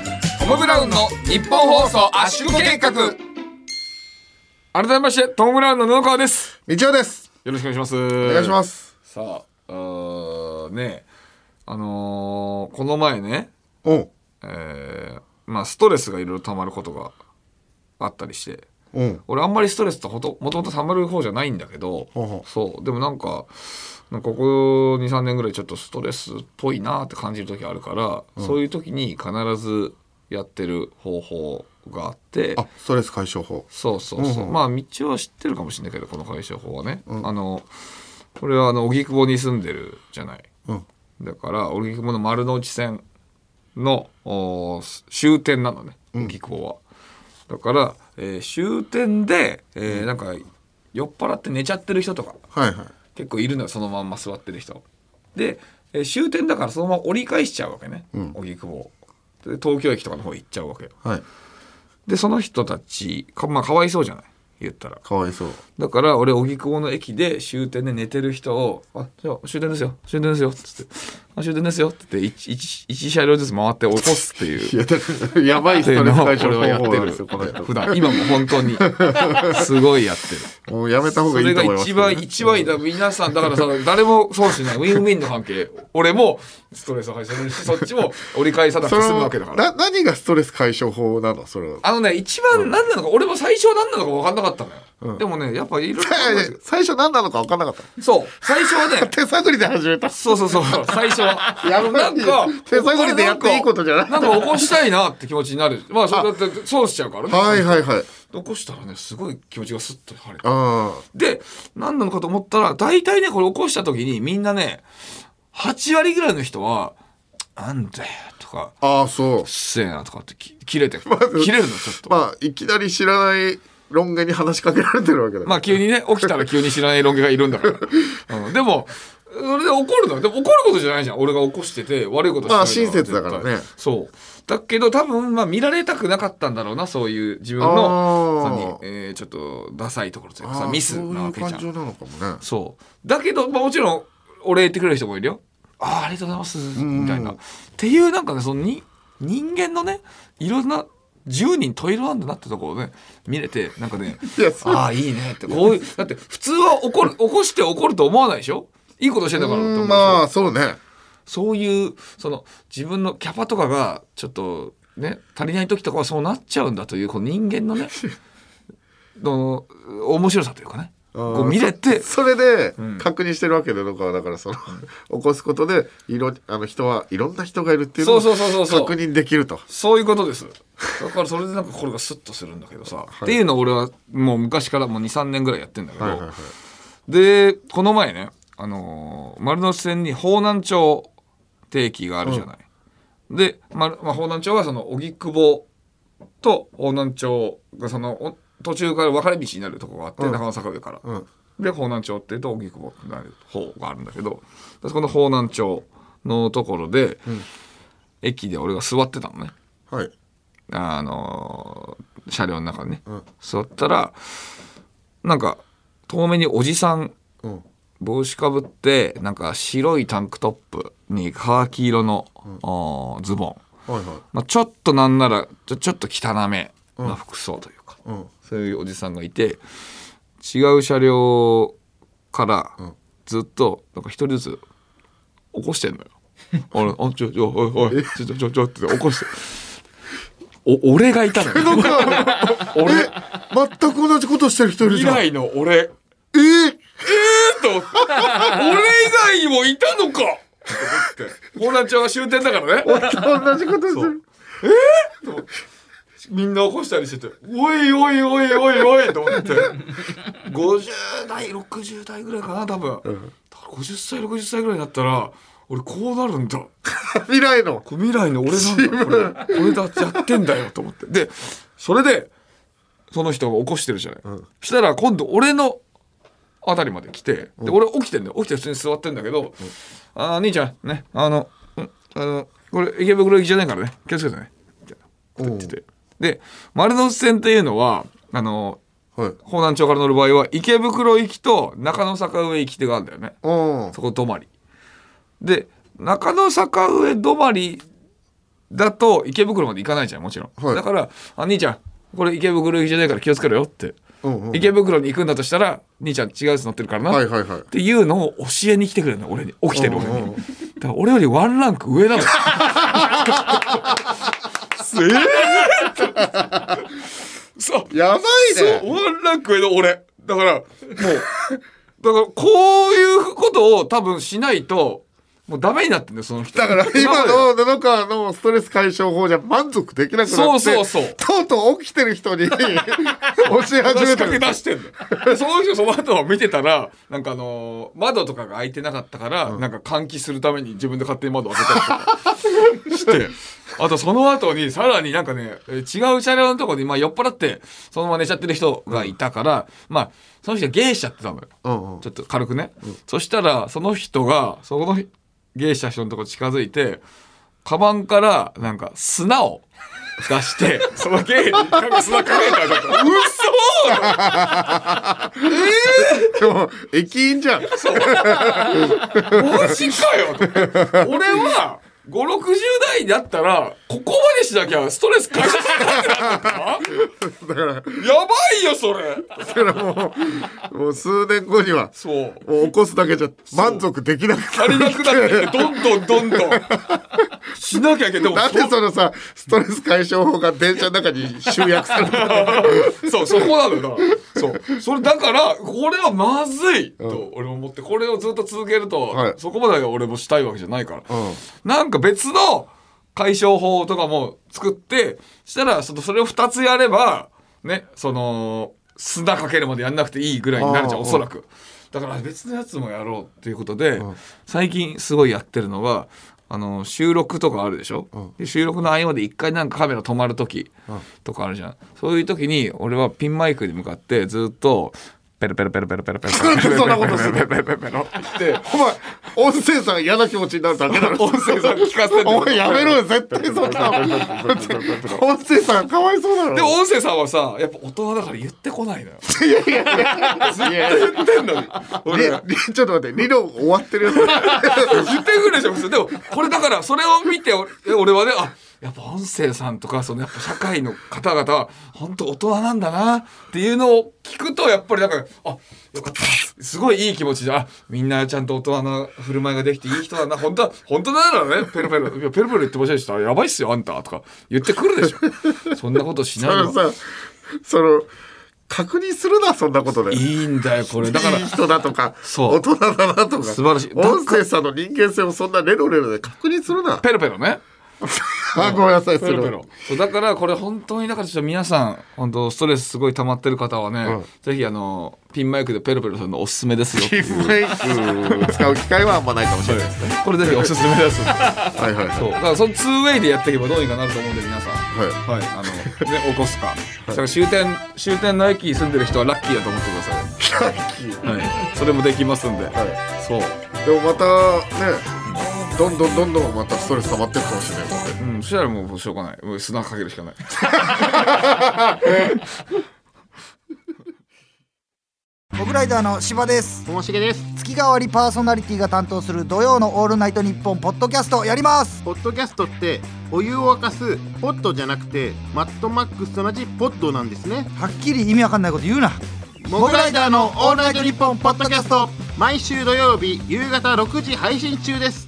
Speaker 2: トム・ブラウンの日本放送圧縮計画改めましてトム・ブラウンの布川です
Speaker 3: みちおです
Speaker 2: よろしくお願いします
Speaker 3: お
Speaker 2: お
Speaker 3: 願いします、
Speaker 2: さああーねあのーこの前ね、
Speaker 3: うん
Speaker 2: えーまあ、ストレスがいろいろたまることがあったりして
Speaker 3: うん
Speaker 2: 俺あんまりストレスってほともともとたまる方じゃないんだけど
Speaker 3: ほうほう
Speaker 2: そうでもなんかなんかここ23年ぐらいちょっとストレスっぽいなって感じる時あるから、そういう時に必ずやってる方法があって
Speaker 3: あストレス解消法
Speaker 2: そうそうそう、
Speaker 3: うんうん
Speaker 2: まあ道は知ってるかもしれないけどこの解消法はね、あのこれはあの荻窪に住んでるじゃない
Speaker 3: うん
Speaker 2: だから荻窪の丸の内線のおー終点なのね荻窪は、だから、えー終点で、えーなんか酔っ払って寝ちゃってる人とか
Speaker 3: はいはい
Speaker 2: 結構いるのよそのまんま座ってる人で、えー終点だからそのまま折り返しちゃうわけね
Speaker 3: うん
Speaker 2: 荻窪をで東京駅とかの方行っちゃうわけよ
Speaker 3: はい
Speaker 2: でその人たちか,、まあ、かわいそうじゃない言ったら
Speaker 3: かわいそう
Speaker 2: だから俺荻窪の駅で終点で寝てる人を「あじゃあ終点ですよ終点ですよ」っつって「あ終点ですよ」っつって 1, 車両ずつ回って起こすっていう。
Speaker 3: いやだからやばい
Speaker 2: っ
Speaker 3: ス
Speaker 2: てい
Speaker 3: ト
Speaker 2: う
Speaker 3: レ
Speaker 2: の
Speaker 3: ス
Speaker 2: を
Speaker 3: 対
Speaker 2: 俺
Speaker 3: 処
Speaker 2: は
Speaker 3: 法
Speaker 2: やって
Speaker 3: な
Speaker 2: る
Speaker 3: んですよこの人
Speaker 2: 普段今も本当
Speaker 3: <laughs>
Speaker 2: にすごいやってる
Speaker 3: もうやめた方
Speaker 2: そ
Speaker 3: がいい
Speaker 2: れ
Speaker 3: と
Speaker 2: が
Speaker 3: 思います
Speaker 2: 一番一番いいだ皆さんだからさ誰も損しないウィンウィンの関係俺もストレスを発散するしそっちも折り返さなく
Speaker 3: そ
Speaker 2: て済む
Speaker 3: の
Speaker 2: わけだから
Speaker 3: な何がストレス解消法なのそれは
Speaker 2: あのね一番何なのか俺も最初は何なのか分かんなかったのよ、でもねやっぱ
Speaker 3: <laughs>
Speaker 2: いろいろ考えて
Speaker 3: 最初何なのか分かんなかった
Speaker 2: そう最初は
Speaker 3: <laughs>
Speaker 2: ね
Speaker 3: 手探りで始めた
Speaker 2: そうそうそう最初は
Speaker 3: やばい
Speaker 2: なんか
Speaker 3: 手探りでやっていいことじゃない
Speaker 2: んか起こしたいなって気持ちになるまあそれだって損しちゃうからね、
Speaker 3: はいはいはい
Speaker 2: 起こしたらねすごい気持ちがスッと晴れて
Speaker 3: あ
Speaker 2: で何なのかと思ったら大体ねこれ起こした時にみんなね8割ぐらいの人は「なんだよ」とか
Speaker 3: あああそ
Speaker 2: 「うっせえな」とかってき切れて
Speaker 3: ず
Speaker 2: 切れるのちょっ
Speaker 3: う
Speaker 2: と。まあ
Speaker 3: まあいきなり知らない論外に話しかけられてるわけだ
Speaker 2: 急にね起きたら急に知らないロン毛がいるんだ
Speaker 3: <laughs>
Speaker 2: から、うん、でもそれで怒るのよでも怒ることじゃないじゃん俺が起こしてて悪いことしてない
Speaker 3: まあ親切だからね
Speaker 2: 絶対そうだけど多分まあ見られたくなかったんだろうなそういう自分
Speaker 3: あー
Speaker 2: の何、えーちょっとダサいところというか
Speaker 3: あ
Speaker 2: さ
Speaker 3: あ
Speaker 2: ミス
Speaker 3: そう
Speaker 2: ないわ
Speaker 3: う
Speaker 2: けじゃん
Speaker 3: 感情なのかもね
Speaker 2: そう。だけど、まあ、もちろん、お礼言ってくれる人もいるよ。ああ、ありがとうございます。
Speaker 3: ん
Speaker 2: みたいな。っていう、なんかね、そのに、人間のね、いろんな、10人トイレなんだなってとこをね、見れて、なんかね、
Speaker 3: いやそ
Speaker 2: <laughs>
Speaker 3: う
Speaker 2: ああ、いいねって、こういう、だって、普通は怒る、起こして怒ると思わないでしょいいことしてんだからって思うでしょ
Speaker 3: まあそうね
Speaker 2: そういう、その、自分のキャパとかが、ちょっと、ね、足りない時とかはそうなっちゃうんだという、この人間のね、 <laughs> の、面白さというかね、
Speaker 3: うん
Speaker 2: こう見れて、
Speaker 3: それで
Speaker 2: ん
Speaker 3: 確認してるわけで僕はだからその起こすことでいろあの人はいろんな人がいるっていうの
Speaker 2: そうそうそうそうそう
Speaker 3: 確認できると
Speaker 2: そういうことです。だからそれでなんかこれがスッとするんだけどさ、っていうのを俺はもう昔からもう23年ぐらいやってんだけど、
Speaker 3: はいはいはい
Speaker 2: でこの前ね、あのー丸ノ内線に方南町定期があるじゃない。で、まるまあ、方南町はその荻窪と方南町がそのお途中から分かれ道になるとこがあって、
Speaker 3: うん
Speaker 2: 中野坂上から。
Speaker 3: うん
Speaker 2: で方南町っていうと荻窪ってなる方があるんだけどでそこの方南町のところで、駅で俺が座ってたのね。
Speaker 3: はい
Speaker 2: あの車両の中にね、
Speaker 3: うん
Speaker 2: 座ったらなんか遠目におじさん
Speaker 3: うん
Speaker 2: 帽子かぶってなんか白いタンクトップにカーキ色の、おーズボン、
Speaker 3: はいはい
Speaker 2: まあ、ちょっとなんならちょちょっと汚めな服装というか、
Speaker 3: うん
Speaker 2: そういうおじさんがいて違う車両から
Speaker 3: ん
Speaker 2: ずっとなんか一人ずつ起こしてんのよ。俺あちょちょおいおいちょちょちょちょって起こして。お俺がいたのよ。俺
Speaker 3: え全く同じことしてる人いる
Speaker 2: 以
Speaker 3: じゃん
Speaker 2: 外の俺
Speaker 3: えー
Speaker 2: と思って俺以外もいたのかと思って。ホーナちゃんは終点だからね。
Speaker 3: 同じことしてる
Speaker 2: みんな起こしたりしてて、おいおいおいおいおいと思って、50代、60代ぐらいかな、多分。だから50歳、60歳ぐらいになったら、俺こうなるんだ。
Speaker 3: 未来の
Speaker 2: これ未来の俺なんだ。これ、これだってやってんだよと思って。で、それで、その人が起こしてるじゃない。そしたら今度俺の、あたりまで来て、で、俺起きてんだよ。起きて普通に座ってんだけど、あー兄ちゃん、ね、あの、うんあの、これ池袋行きじゃないからね、気をつけてね。みたいな。
Speaker 3: うん
Speaker 2: っててで丸の内線っていうのはあの
Speaker 3: はい
Speaker 2: 方南町から乗る場合は池袋行きと中野坂上行きってがあるんだよね
Speaker 3: うん
Speaker 2: そこ止まりで中野坂上止まりだと池袋まで行かないじゃんもちろん、
Speaker 3: はい
Speaker 2: だからあ「兄ちゃんこれ池袋行きじゃないから気をつけろよ」って、
Speaker 3: うんうん
Speaker 2: 池袋に行くんだとしたら「兄ちゃん違うやつ乗ってるからな」
Speaker 3: はいはいはい
Speaker 2: っていうのを教えに来てくれるの俺に起きてる俺
Speaker 3: うんう
Speaker 2: に
Speaker 3: ん
Speaker 2: だから俺よりワンランク上な
Speaker 3: <laughs>
Speaker 2: のえー、 <laughs> そう
Speaker 3: やばい
Speaker 2: そう
Speaker 3: ね
Speaker 2: ワンランク上の俺だからもうだからこういうことを多分しないともうダメになってんだよその人
Speaker 3: だから今
Speaker 2: までは
Speaker 3: の布川のストレス解消法じゃ満足できなくなって
Speaker 2: そうそうそう
Speaker 3: とうとう起きてる
Speaker 2: <laughs>
Speaker 3: 人に教え始め
Speaker 2: 話したかけ出してんのでその人その後を見てたらなんかあのー窓とかが開いてなかったから、なんか換気するために自分で勝手に窓を開けたりとかしてあとその後にさらになんかねえー違う車両のとこにまあ酔っ払ってそのまま寝ちゃってる人がいたから、まあその人がゲイしちゃってたのよ、
Speaker 3: うんうん
Speaker 2: ちょっと軽くね、そしたらその人がその芸者人のとこ近づいてカバンからなんか砂を出してその芸になんか砂かけたらちょっとうっ
Speaker 3: でも駅員じゃん
Speaker 2: マジかよと俺は560代だったらここまでしなきゃストレス解消しなくなったなやばいよそれ
Speaker 3: だからもうもう数年後には
Speaker 2: そう
Speaker 3: もう起こすだけじゃ満足できなくな
Speaker 2: 足りなくなってどんどんどんどんしなきゃいけないでも
Speaker 3: なんでそのさストレス解消法が電車の中に集約されたの
Speaker 2: <laughs> そう、そこなのよな。そう。それだから、これはまずいと俺も思って、これをずっと続けると、
Speaker 3: はい
Speaker 2: そこまでは俺もしたいわけじゃないから。
Speaker 3: うん
Speaker 2: なんか別の解消法とかも作って、したら、そのそれを2つやれば、ね、その、砂かけるまでやんなくていいぐらいになるじゃん、
Speaker 3: あー
Speaker 2: おそらく。だから別のやつもやろうっていうことで、
Speaker 3: ん
Speaker 2: 最近すごいやってるのが、あの収録とかあるでしょ、
Speaker 3: ん
Speaker 2: で収録の合間で一回なんかカメラ止まる時とかあるじゃん、そういう時に俺はピンマイクに向かってずっとペロペロペロペロペロペロペロペロ
Speaker 3: そんなことする
Speaker 2: ペロペロペロペロペロって
Speaker 3: お前音声さん嫌な気持ちになるだけだろ
Speaker 2: 音声さん聞かせて
Speaker 3: お前やめろよ絶対そんな音声さんかわいそうだろ
Speaker 2: でも音声さんはさやっぱ大人だから言ってこないのよ
Speaker 3: いやいや
Speaker 2: 言ってんのに俺言っ
Speaker 3: りちょっと待って理論終わってるよ
Speaker 2: てくるでしょ普通でもこれだからそれを見て俺俺はねあやっぱ音声さんとかそのやっぱ社会の方々は本当大人なんだなっていうのを聞くとやっぱりなんかあよかったすごいいい気持ちであみんなちゃんと大人な振る舞いができていい人だな本当は本当ならねペロペロいやペロペロ言ってませんでしたやばいっすよあんたとか言ってくるでしょそんなことしない
Speaker 3: あ
Speaker 2: の
Speaker 3: のさその確認するなそんなことでい
Speaker 2: いいんだよこれだから
Speaker 3: い人だとか
Speaker 2: そう
Speaker 3: 大人だなとか
Speaker 2: 素晴らしい
Speaker 3: 音声さんの人間性をそんなレロレロで確認するな
Speaker 2: ペロペロね
Speaker 3: あごめんなさいす
Speaker 2: ペ
Speaker 3: る
Speaker 2: ロペロそうだからこれ本当にだからちょっと皆さん本当ストレスすごい溜まってる方はね、
Speaker 3: うん
Speaker 2: ぜひあのピンマイクでペロペロするのおすすめですよ
Speaker 3: <laughs> ピンメイク使う機会はあんまないかもしれないですね。
Speaker 2: これぜひおすすめです <laughs>
Speaker 3: はいはいはい。
Speaker 2: そうだからその 2way でやっていけばどうにかなると思うんで皆さん
Speaker 3: は
Speaker 2: はいあのね起こすか、それ終点終点の駅に住んでる人はラッキーだと思ってくださ
Speaker 3: い。ラッキー
Speaker 2: い、はい、それもできますんで、
Speaker 3: は
Speaker 2: そう
Speaker 3: い。でもまたね、どんどんどんどんまたストレス溜まってるかもしれないもんね。
Speaker 2: うんそしたらもうしょうがないもう砂かけるしかない
Speaker 7: モグライダーの柴です
Speaker 6: ともしげです
Speaker 7: 月替わりパーソナリティが担当する土曜の「オールナイトニッポン」ポッドキャストやります
Speaker 8: ポッドキャストってお湯を沸かすポットじゃなくてマットマックスと同じポットなんですね
Speaker 7: はっきり意味わかんないこと言うな
Speaker 8: モグライダーのオールナイトニッポンポッドキャスト毎週土曜日夕方6時配信中です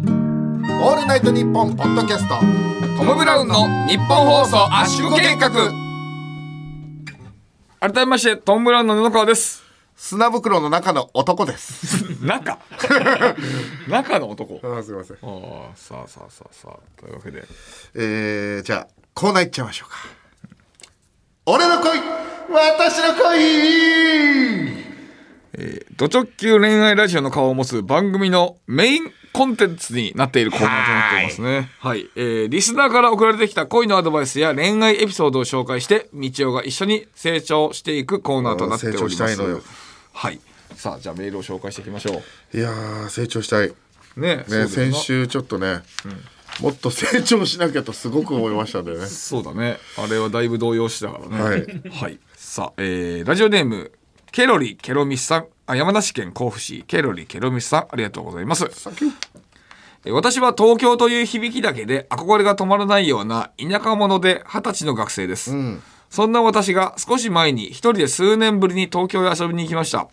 Speaker 3: オールナイトニッポンポッドキャスト。
Speaker 2: トム・ブラウンの日本放送圧縮計画改めましてトム・ブラウンの布川です
Speaker 3: 砂袋の中の
Speaker 8: <laughs>
Speaker 3: 男です。
Speaker 2: 中 <laughs> 中の男あ
Speaker 3: あすみません。
Speaker 2: あさあさあさあさあというわけで
Speaker 3: えー、じゃあコーナー行っちゃいましょうか。俺の恋、私の恋。
Speaker 2: えー、ド直球恋愛ラジオの顔を持つ番組のメインコンテンツになっているコーナーとなっていますね。はい、えーリスナーから送られてきた恋のアドバイスや恋愛エピソードを紹介して、みちおが一緒に成長していくコーナーとなっております。
Speaker 3: 成長したいのよ
Speaker 2: はい。さあ、じゃあメールを紹介していきましょ
Speaker 3: いやー成長したい。
Speaker 2: う。ねそう
Speaker 3: ね、
Speaker 2: ですな
Speaker 3: 先週ちょっとね、もっと成長しなきゃとすごく思いましたんでね
Speaker 2: そうだね。あれはだいぶ動揺してたからね。 <laughs>
Speaker 3: はい。
Speaker 2: さあ、えーラジオネーム、ケロリケロミスさん。あ山梨県甲府市、ケロリケロミスさん、ありがとうございます。えー私は東京という響きだけで憧れが止まらないような田舎者で二十歳の学生です。そんな私が少し前に一人で数年ぶりに東京へ遊びに行きました。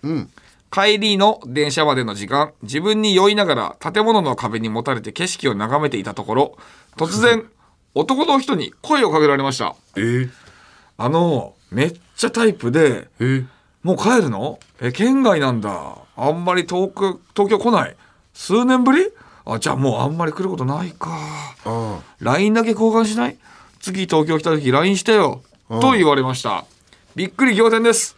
Speaker 2: 帰りの電車までの時間、自分に酔いながら建物の壁にもたれて景色を眺めていたところ、突然、
Speaker 3: <laughs>
Speaker 2: 男の人に声をかけられました。
Speaker 3: えー、
Speaker 2: あの、めっちゃタイプで、
Speaker 3: えー、
Speaker 2: もう帰るのえ、県外なんだ。あんまり遠く、東京来ない。数年ぶりあ、じゃあもうあんまり来ることないか。
Speaker 3: あ
Speaker 2: LINE だけ交換しない次東京来た時 LINE してよ。と言われました。びっくり仰天です。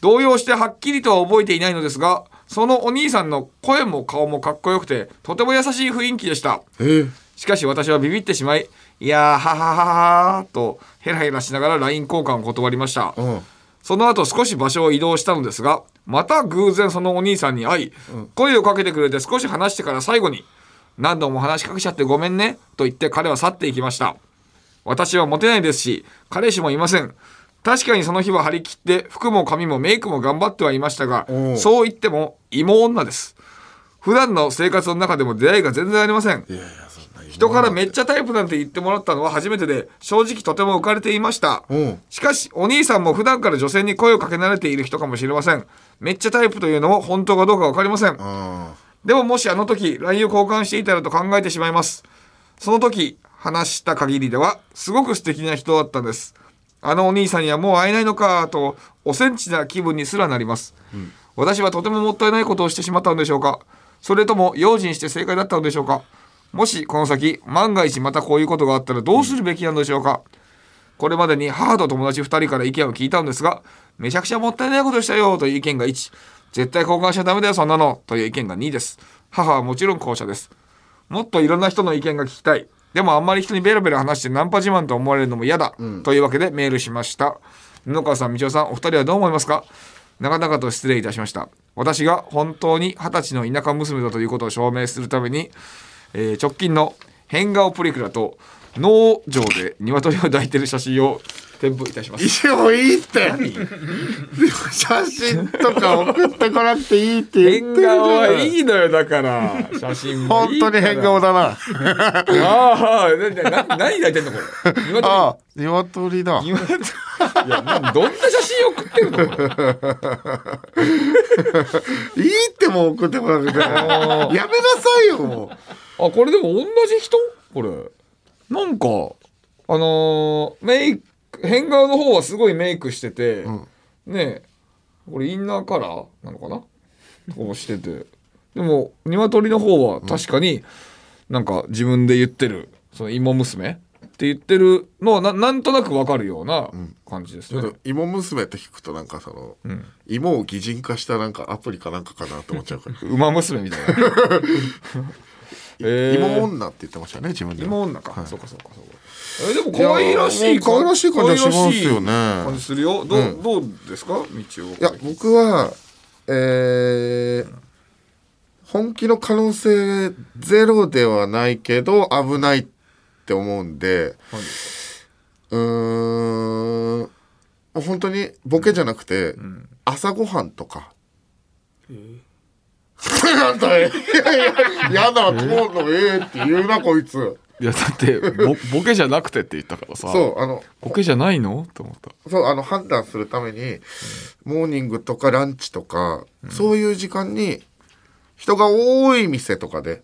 Speaker 2: 動揺してはっきりとは覚えていないのですが、そのお兄さんの声も顔もかっこよくて、とても優しい雰囲気でした。
Speaker 3: ーえー、
Speaker 2: しかし私はビビってしまい、いやー、ははははーと、ヘラヘラしながら LINE 交換を断りました。
Speaker 3: うん
Speaker 2: その後少し場所を移動したのですが、また偶然そのお兄さんに会い、声をかけてくれて少し話してから最後に、何度も話しかけちゃってごめんね、と言って彼は去っていきました。私はモテないですし、彼氏もいません。確かにその日は張り切って、服も髪もメイクも頑張ってはいましたが
Speaker 3: お、う
Speaker 2: そう言っても芋女です。普段の生活の中でも出会いが全然ありません。人からめっちゃタイプなんて言ってもらったのは初めてで正直とても浮かれていました
Speaker 3: うん
Speaker 2: しかしお兄さんも普段から女性に声をかけ慣れている人かもしれませんめっちゃタイプというのも本当かどうか分かりません
Speaker 3: あ
Speaker 2: でももしあの時 LINE を交換していたらと考えてしまいますその時話した限りではすごく素敵な人だったんですあのお兄さんにはもう会えないのかとおセンチな気分にすらなります、私はとてももったいないことをしてしまったのでしょうかそれとも用心して正解だったのでしょうかもしこの先万が一またこういうことがあったらどうするべきなのでしょうか、これまでに母と友達2人から意見を聞いたんですが、めちゃくちゃもったいないことしたよという意見が1、絶対交換しちゃダメだよそんなのという意見が2です。母はもちろん後者です。もっといろんな人の意見が聞きたい。でもあんまり人にベラベラ話してナンパ自慢と思われるのも嫌だ。というわけでメールしました。布川さん、道夫さん、お二人はどう思いますか長々と失礼いたしました。私が本当に二十歳の田舎娘だということを証明するために、えー直近の変顔プリクラと農場で鶏を抱いてる写真を添付いたします。
Speaker 3: いやもういいって写真とか送ってこなくていいって言
Speaker 2: 変
Speaker 3: ってるじゃ
Speaker 2: 顔は
Speaker 3: ない
Speaker 2: いいのよだから写真もい
Speaker 3: 本
Speaker 2: いか
Speaker 3: 当
Speaker 2: ら
Speaker 3: に変顔だな
Speaker 2: ああななな何抱いてんのこれ鶏
Speaker 3: ああ鶏だ
Speaker 2: 鶏いやなどんな写真送ってるのこれ
Speaker 3: いいってもう送ってこなくてやめなさいよもう
Speaker 2: あこれでも同じ人これなんかあのーメイク変顔の方はすごいメイクしてて、ねえこれインナーカラーなのかなとかもしててでも鶏の方は確かになんか自分で言ってるその芋娘って言ってるのはななんとなくわかるような感じですね、
Speaker 3: 芋娘って聞くとなんかその、芋を擬人化したなんかアプリかなんかかなと思っちゃうから
Speaker 2: 馬娘みたいな <laughs> えー
Speaker 3: 芋女って言ってましたね自分で
Speaker 2: 芋女か、そうかそうかそうかえでも可愛らしい
Speaker 3: いや可愛らしい感じはしますよね
Speaker 2: 可愛らしい感じするよどう、
Speaker 3: う
Speaker 2: どうですか道を
Speaker 3: いや僕はえー本気の可能性ゼロではないけど危ないって思うんでうーんもう本当にボケじゃなくて、朝ごはんとか。なんだい <laughs> やいや、やだ、もうのええって言うな、こいつ。
Speaker 2: いやだってボケじゃなくてって言ったからさ
Speaker 3: そう、あの、
Speaker 2: ボケじゃないのと思った
Speaker 3: そう、あの、判断するために、モーニングとかランチとか、そういう時間に、人が多い店とかで、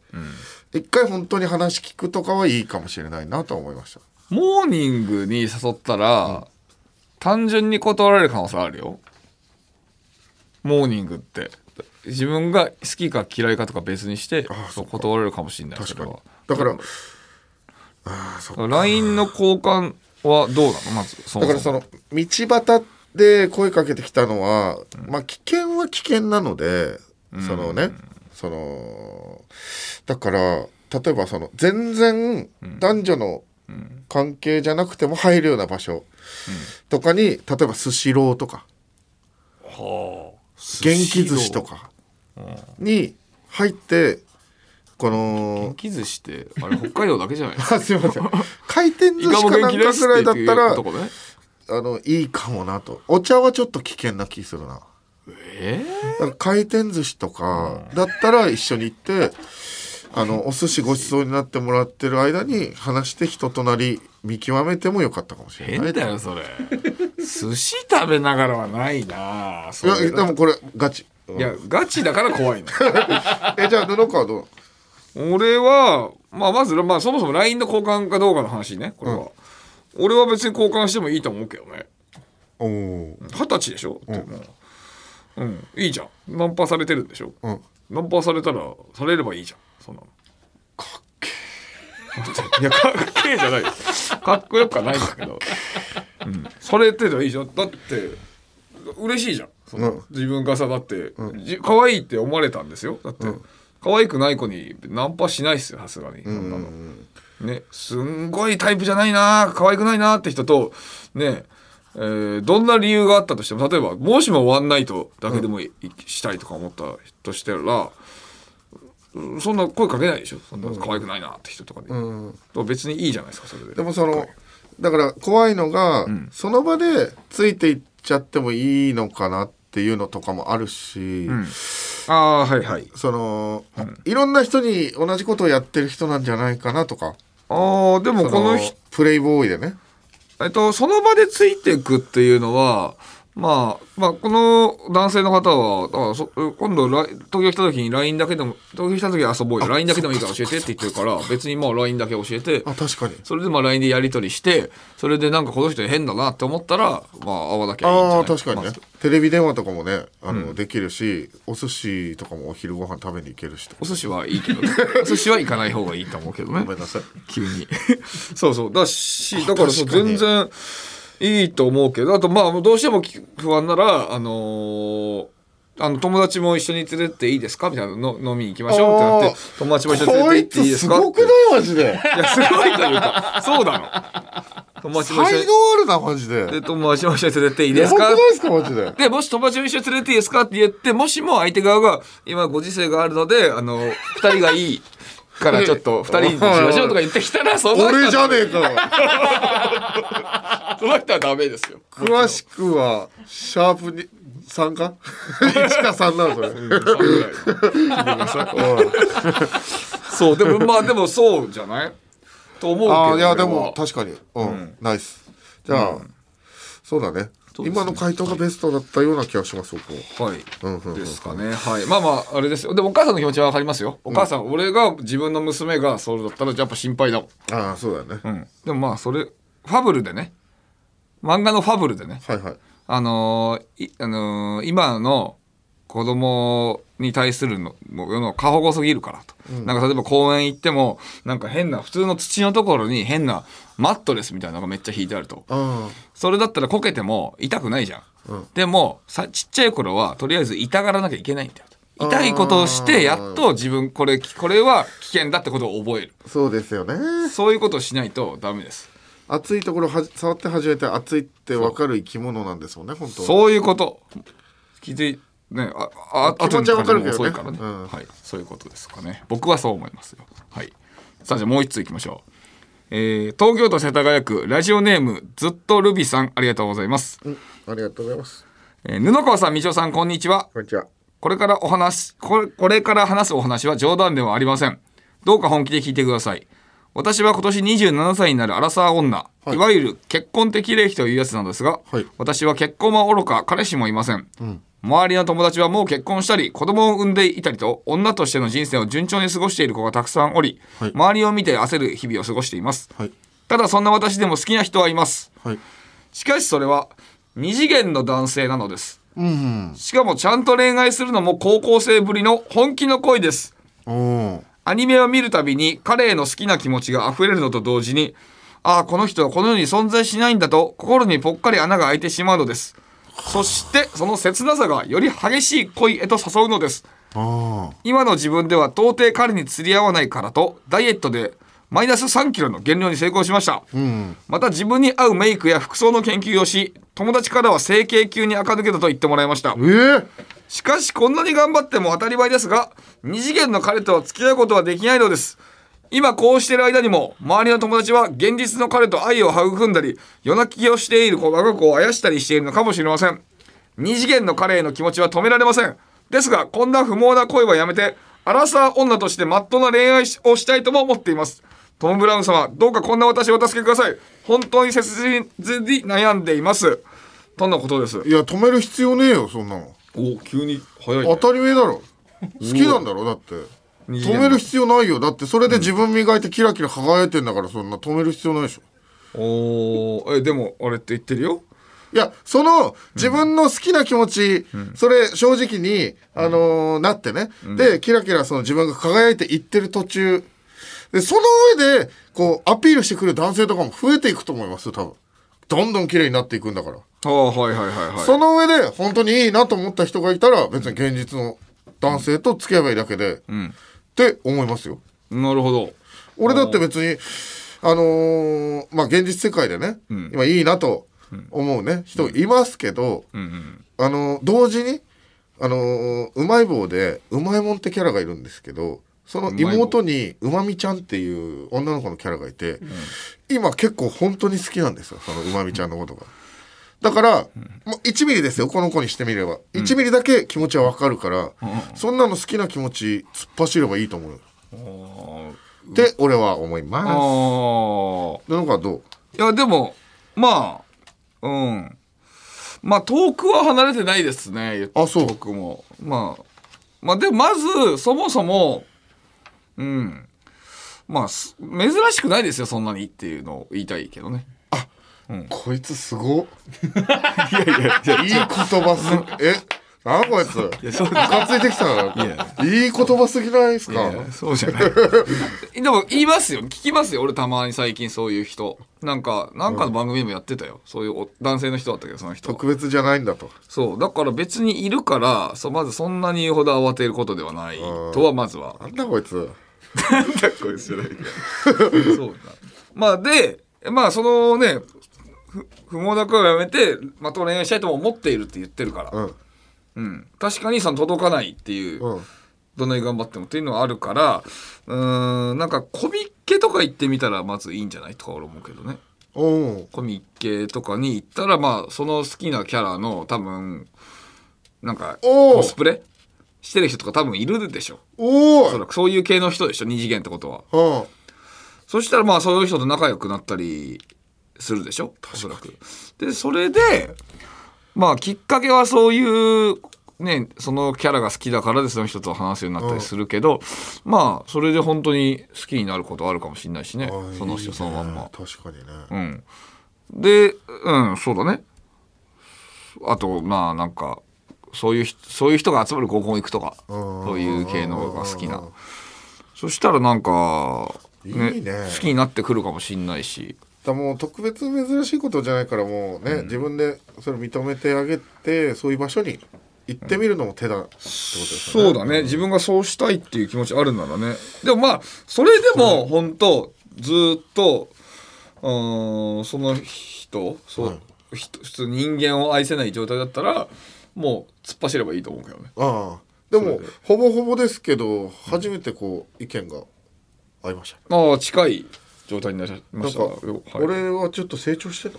Speaker 3: 一回本当に話聞くとかはいいかもしれないなと思いました。
Speaker 2: モーニングに誘ったら、単純に断られる可能性あるよモーニングって自分が好きか嫌いかとか別にして
Speaker 3: あ
Speaker 2: そう
Speaker 3: そっか
Speaker 2: 断られるかもしれない
Speaker 3: 確か
Speaker 2: それ
Speaker 3: に
Speaker 2: は。
Speaker 3: だから、ああ、そう
Speaker 2: だから LINE の交換はどうなのまずそも
Speaker 3: だからその道端で声かけてきたのは、まあ危険はが危険なので、
Speaker 2: うん
Speaker 3: そのねそのだから例えばその全然
Speaker 2: ん
Speaker 3: 男女の
Speaker 2: うん
Speaker 3: 関係じゃなくても入るような場所とかに、例えばスシローとか
Speaker 5: ほ
Speaker 3: 元気寿司とかに入ってこの
Speaker 2: 元気寿司ってあれ北海道だけじゃない
Speaker 3: あすいません回転
Speaker 2: イ
Speaker 3: 寿
Speaker 2: カ
Speaker 3: 司
Speaker 2: も
Speaker 3: かな
Speaker 2: 元気
Speaker 3: ん
Speaker 2: で
Speaker 3: か
Speaker 2: す
Speaker 3: ぐ
Speaker 2: っ
Speaker 3: ら
Speaker 2: て
Speaker 3: いだっ
Speaker 2: い
Speaker 3: た
Speaker 2: う
Speaker 3: ら
Speaker 2: とこね
Speaker 3: あのいいかもなとお茶はちょっと危険な気するな
Speaker 2: え
Speaker 3: だから回転寿司とかだったら一緒に行ってあのお寿司ごちそうになってもらってる間に話して人となり見極めてもよかったかもし
Speaker 2: ー
Speaker 3: れない
Speaker 2: 変だよそれ寿司食べながらはないなそ
Speaker 3: い
Speaker 2: れ
Speaker 3: やでもこれガチ
Speaker 2: いやガチだから怖いの
Speaker 3: えじゃあ布川どう
Speaker 2: 俺は、まあ、まず、まあ、そもそも LINE の交換かどうかの話ねこれは、俺は別に交換してもいいと思うけどね
Speaker 3: おお
Speaker 2: 二十歳でしょ、でもうん、いいじゃんナンパされてるんでしょ、
Speaker 3: うん
Speaker 2: ナンパされたらされればいいじゃんそんなの
Speaker 3: かっけ
Speaker 2: いやかっけえじゃないですかっこよくはないんだけど、うん、されてたらいいじゃんだって嬉しいじゃんその、
Speaker 3: うん
Speaker 2: 自分がさだって、じ可愛いって思われたんですよだって、可愛くない子にナンパしないっすよさすがに、そんなのねすんごいタイプじゃないな可愛くないなって人とねえーどんな理由があったとしても例えばもしもワンナイトだけでもい、いしたいとか思ったとしたらうんそんな声かけないでしょそんな可愛くないなって人とかに、
Speaker 3: うん
Speaker 2: 別にいいじゃないですかそれで
Speaker 3: でもそのだから怖いのが、
Speaker 2: ん
Speaker 3: その場でついていっちゃってもいいのかなっていうのとかもあるし、
Speaker 2: うんああーはいはい
Speaker 3: その、いろんな人に同じことをやってる人なんじゃないかなとか
Speaker 2: ああでも
Speaker 3: そ
Speaker 2: この人
Speaker 3: プレイボーイでね
Speaker 2: えっと、その場でついていくっていうのは、まあ、まあ、この男性の方は、だからそ今度来、東京来た時に LINE だけでも、東京来た時は遊ぼうよ。LINE だけでもいいから教えてって言ってるから、別にまあ LINE だけ教えて、
Speaker 3: あ確かに
Speaker 2: それでまあ LINE でやり取りして、それでなんかこの人変だなって思ったら、まあ会わなきゃいいんじゃな
Speaker 3: ああ
Speaker 2: い
Speaker 3: 確かにね
Speaker 2: まあ
Speaker 3: テレビ電話とかもねあの、できるしお寿司とかもお昼ご飯食べに行けるしと
Speaker 2: お寿司はいいけどね。お寿司は行かない方がいいと思うけどね
Speaker 3: ご。めんなさい
Speaker 2: 急に <laughs> そうそうだしだからそう
Speaker 3: 確か
Speaker 2: 全
Speaker 3: に
Speaker 2: 然いいと思うけどあとまあどうしてもき不安ならあのーあの友達も一緒に連れてっていいですかみたいなの飲みに行きましょうってなって
Speaker 3: あー
Speaker 2: 友達も一緒に連
Speaker 3: こ
Speaker 2: れ
Speaker 3: い
Speaker 2: てっていいで
Speaker 3: つ
Speaker 2: す
Speaker 3: す
Speaker 2: か
Speaker 3: ご
Speaker 2: って
Speaker 3: くないマジで
Speaker 2: いやすごいというかそうだの友達も一緒
Speaker 3: 才
Speaker 2: に
Speaker 3: 能あるなマジで
Speaker 2: で友達も一緒に連れてっていいで
Speaker 3: や
Speaker 2: す
Speaker 3: ばくな
Speaker 2: か
Speaker 3: いですかマジで
Speaker 2: で、もし友達を一緒に連れていいですかって言って、もしも相手側が、今ご時世があるので、あの、二人がいいからちょっと二人にしましょうとか言ってきたら、その人
Speaker 3: 俺じゃ
Speaker 2: は、
Speaker 3: ねえか
Speaker 2: その人はダメですよ。
Speaker 3: 詳しくはシャープに3か1か3なのそ <laughs> れ、うん
Speaker 2: そう、でもまあでもそうじゃないと思うけど。
Speaker 3: ああいやで
Speaker 2: 俺
Speaker 3: も
Speaker 2: は
Speaker 3: 確かにうん、ナイスじゃあ、そうだね
Speaker 2: うですね
Speaker 3: 今の回答がベストだったような気がします僕も
Speaker 2: はい、
Speaker 3: うんうんうん
Speaker 2: ですかねはいまあまああれですよでもお母さんの気持ちは分かりますよお母さん、俺が自分の娘がそうだったらやっぱ心配だもん、
Speaker 3: ああそうだよね、
Speaker 2: うん、でもまあそれファブルでね漫画のファブルでね
Speaker 3: はいはい
Speaker 2: あのーいあのー今の子供に対するのもうの過保護すぎるからと、なんか例えば公園行ってもなんか変な普通の土のところに変なマットレスみたいなのがめっちゃ引いてあると
Speaker 3: あ
Speaker 2: それだったらこけても痛くないじゃん、
Speaker 3: うん
Speaker 2: でもさちっちゃい頃はとりあえず痛がらなきゃいけないんだよと痛いことをしてやっと自分これこれは危険だってことを覚える
Speaker 3: あそうですよね
Speaker 2: そういうことをしないとダメです
Speaker 3: 熱いところはじ触って初めて熱いって分かる生き物なんですもんね本当は
Speaker 2: そういうこと。気づいね、あ、あ、あ
Speaker 3: 気持ちはわかるけどね
Speaker 2: 遅いからね、
Speaker 3: うん
Speaker 2: はい、そういうことですかね。僕はそう思いますよ。はい。さあ、じゃあ、もう一ついきましょう。えー東京都世田谷区ラジオネームずっとルビさんありがとうございます、
Speaker 3: ありがとうございます
Speaker 2: えー布川さんみちおさんこんにちは
Speaker 3: こんにちは
Speaker 2: これからお話これ、これから話すお話は冗談ではありません。どうか本気で聞いてください。私は今年27歳になるアラサー女、、
Speaker 3: はいい
Speaker 2: わゆる結婚的齢期というやつなんですが、
Speaker 3: はい
Speaker 2: 私は結婚はおろか彼氏もいません。周りの友達はもう結婚したり子供を産んでいたりと女としての人生を順調に過ごしている子がたくさんおり、
Speaker 3: はい
Speaker 2: 周りを見て焦る日々を過ごしています。
Speaker 3: はい
Speaker 2: ただそんな私でも好きな人はいます。
Speaker 3: はい
Speaker 2: しかしそれは二次元の男性なのです。
Speaker 3: うん
Speaker 2: しかもちゃんと恋愛するのも高校生ぶりの本気の恋です。
Speaker 3: おー
Speaker 2: アニメを見るたびに彼への好きな気持ちが溢れるのと同時に、ああ、この人はこの世に存在しないんだと心にぽっかり穴が開いてしまうのです。そしてその切なさがより激しい恋へと誘うのです
Speaker 3: ああ
Speaker 2: 今の自分では到底彼に釣り合わないからとダイエットでマイナス3キロの減量に成功しました、また自分に合うメイクや服装の研究をし友達からは整形級に垢抜けたと言ってもらいました
Speaker 3: えー、
Speaker 2: しかしこんなに頑張っても当たり前ですが二次元の彼とは付き合うことはできないのです今こうしている間にも周りの友達は現実の彼と愛を育んだり夜泣きをしている子我が子をあやしたりしているのかもしれません二次元の彼への気持ちは止められませんですがこんな不毛な恋はやめてアラサー女としてまっとうな恋愛をしたいとも思っていますトム・ブラウン様どうかこんな私をお助けください本当に切実に悩んでいますとのことです
Speaker 3: いや止める必要ねえよそんなの
Speaker 2: お急に早い、ね、
Speaker 3: 当たり前だろ好きなんだろだって
Speaker 2: 次元
Speaker 3: 止める必要ないよだってそれで自分磨いてキラキラ輝いてんだからそんな止める必要ないでしょ
Speaker 2: おーえでもあれって言ってるよ
Speaker 3: いやその自分の好きな気持ち、それ正直に、あのーなってね、でキラキラその自分が輝いていってる途中でその上でこうアピールしてくる男性とかも増えていくと思いますよ多分どんどん綺麗になっていくんだから、
Speaker 2: ああはいはいはいはい
Speaker 3: その上で本当にいいなと思った人がいたら別に現実の男性と付き合えばいいだけで、って思いますよ
Speaker 2: なるほど
Speaker 3: 俺だって別にあのーまあ現実世界でね、今いいなと思うね人いますけど、あのー同時にあのーうまい棒でうまいもんってキャラがいるんですけどその妹にうまみちゃんっていう女の子のキャラがいて、今結構本当に好きなんですよそのうまみちゃんのことが。だから、もう1ミリですよこの子にしてみれば1ミリだけ気持ちはわかるから、そんなの好きな気持ち突っ走ればいいと思うよって俺は思い
Speaker 2: あ
Speaker 3: ま
Speaker 2: あ
Speaker 3: す。なんかどう
Speaker 2: いやでもまあうんまあ遠くは離れてないですね
Speaker 3: あそう
Speaker 2: 僕もまあまあでもまずそもそもうんまあす珍しくないですよそんなにっていうのを言いたいけどね
Speaker 3: こいつすご <laughs> いやいやいやいい言葉すえなんこいつ
Speaker 2: いやそう
Speaker 3: ムカついてきた
Speaker 2: いや
Speaker 3: いい言葉すぎないですか
Speaker 2: いやそうじゃない <laughs> でも言いますよ聞きますよ俺たまに最近そういう人なんかなんかの番組でもやってたよそういうお男性の人だったけどその人
Speaker 3: 特別じゃないんだと
Speaker 2: そうだから別にいるからそうまずそんなに言うほど慌てることではないとはまず <laughs> は
Speaker 3: なんだこいつ
Speaker 2: なんだこいつじゃない <laughs> そうだまあでまあそのねふ不毛な声をやめてまた恋愛したいとも思っているって言ってるから、
Speaker 3: うん
Speaker 2: うん、確かにその届かないっていう、
Speaker 3: うん
Speaker 2: どんなに頑張ってもっていうのはあるからうーんなんかコミッケとか行ってみたらまずいいんじゃないとか俺思うけどね
Speaker 3: おう
Speaker 2: コミッケとかに行ったらまあその好きなキャラの多分なんか
Speaker 3: おう
Speaker 2: コスプレしてる人とか多分いるでしょ
Speaker 3: お
Speaker 2: おそら
Speaker 3: う
Speaker 2: くそういう系の人でしょ二次元ってことは
Speaker 3: うん
Speaker 2: そしたらまあそういう人と仲良くなったりするでしょおそらく。でそれでまあきっかけはそういうねそのキャラが好きだからでその人と話すようになったりするけど、まあそれで本当に好きになることあるかもしれないしね
Speaker 3: あ
Speaker 2: <laughs> その人
Speaker 3: いいね
Speaker 2: そのまんま。
Speaker 3: 確かにね
Speaker 2: うん、でうんそうだね。あとまあなんかそういうひそういう人が集まる合コン行くとかそういう系のが好きな。そしたらなんか、
Speaker 3: いいね
Speaker 2: 好きになってくるかもしんないし。
Speaker 3: だからもう特別珍しいことじゃないからもうね、自分でそれ認めてあげてそういう場所に行ってみるのも手だってことです
Speaker 2: そうだね。自分がそうしたいっていう気持ちあるならね。でもまあ、それでも本当ずーっと、うーん、その人、そう、ひと普通人間を愛せない状態だったら、もう突っ走ればいいと思うけどね。
Speaker 3: ああで
Speaker 2: それ
Speaker 3: も
Speaker 2: で
Speaker 3: ほぼほぼですけど初めてこう意見が合いましたね
Speaker 2: ああ、近い状態になりま
Speaker 3: なん
Speaker 2: し
Speaker 3: か
Speaker 2: たよ。はい
Speaker 3: 俺はちょっと成長してた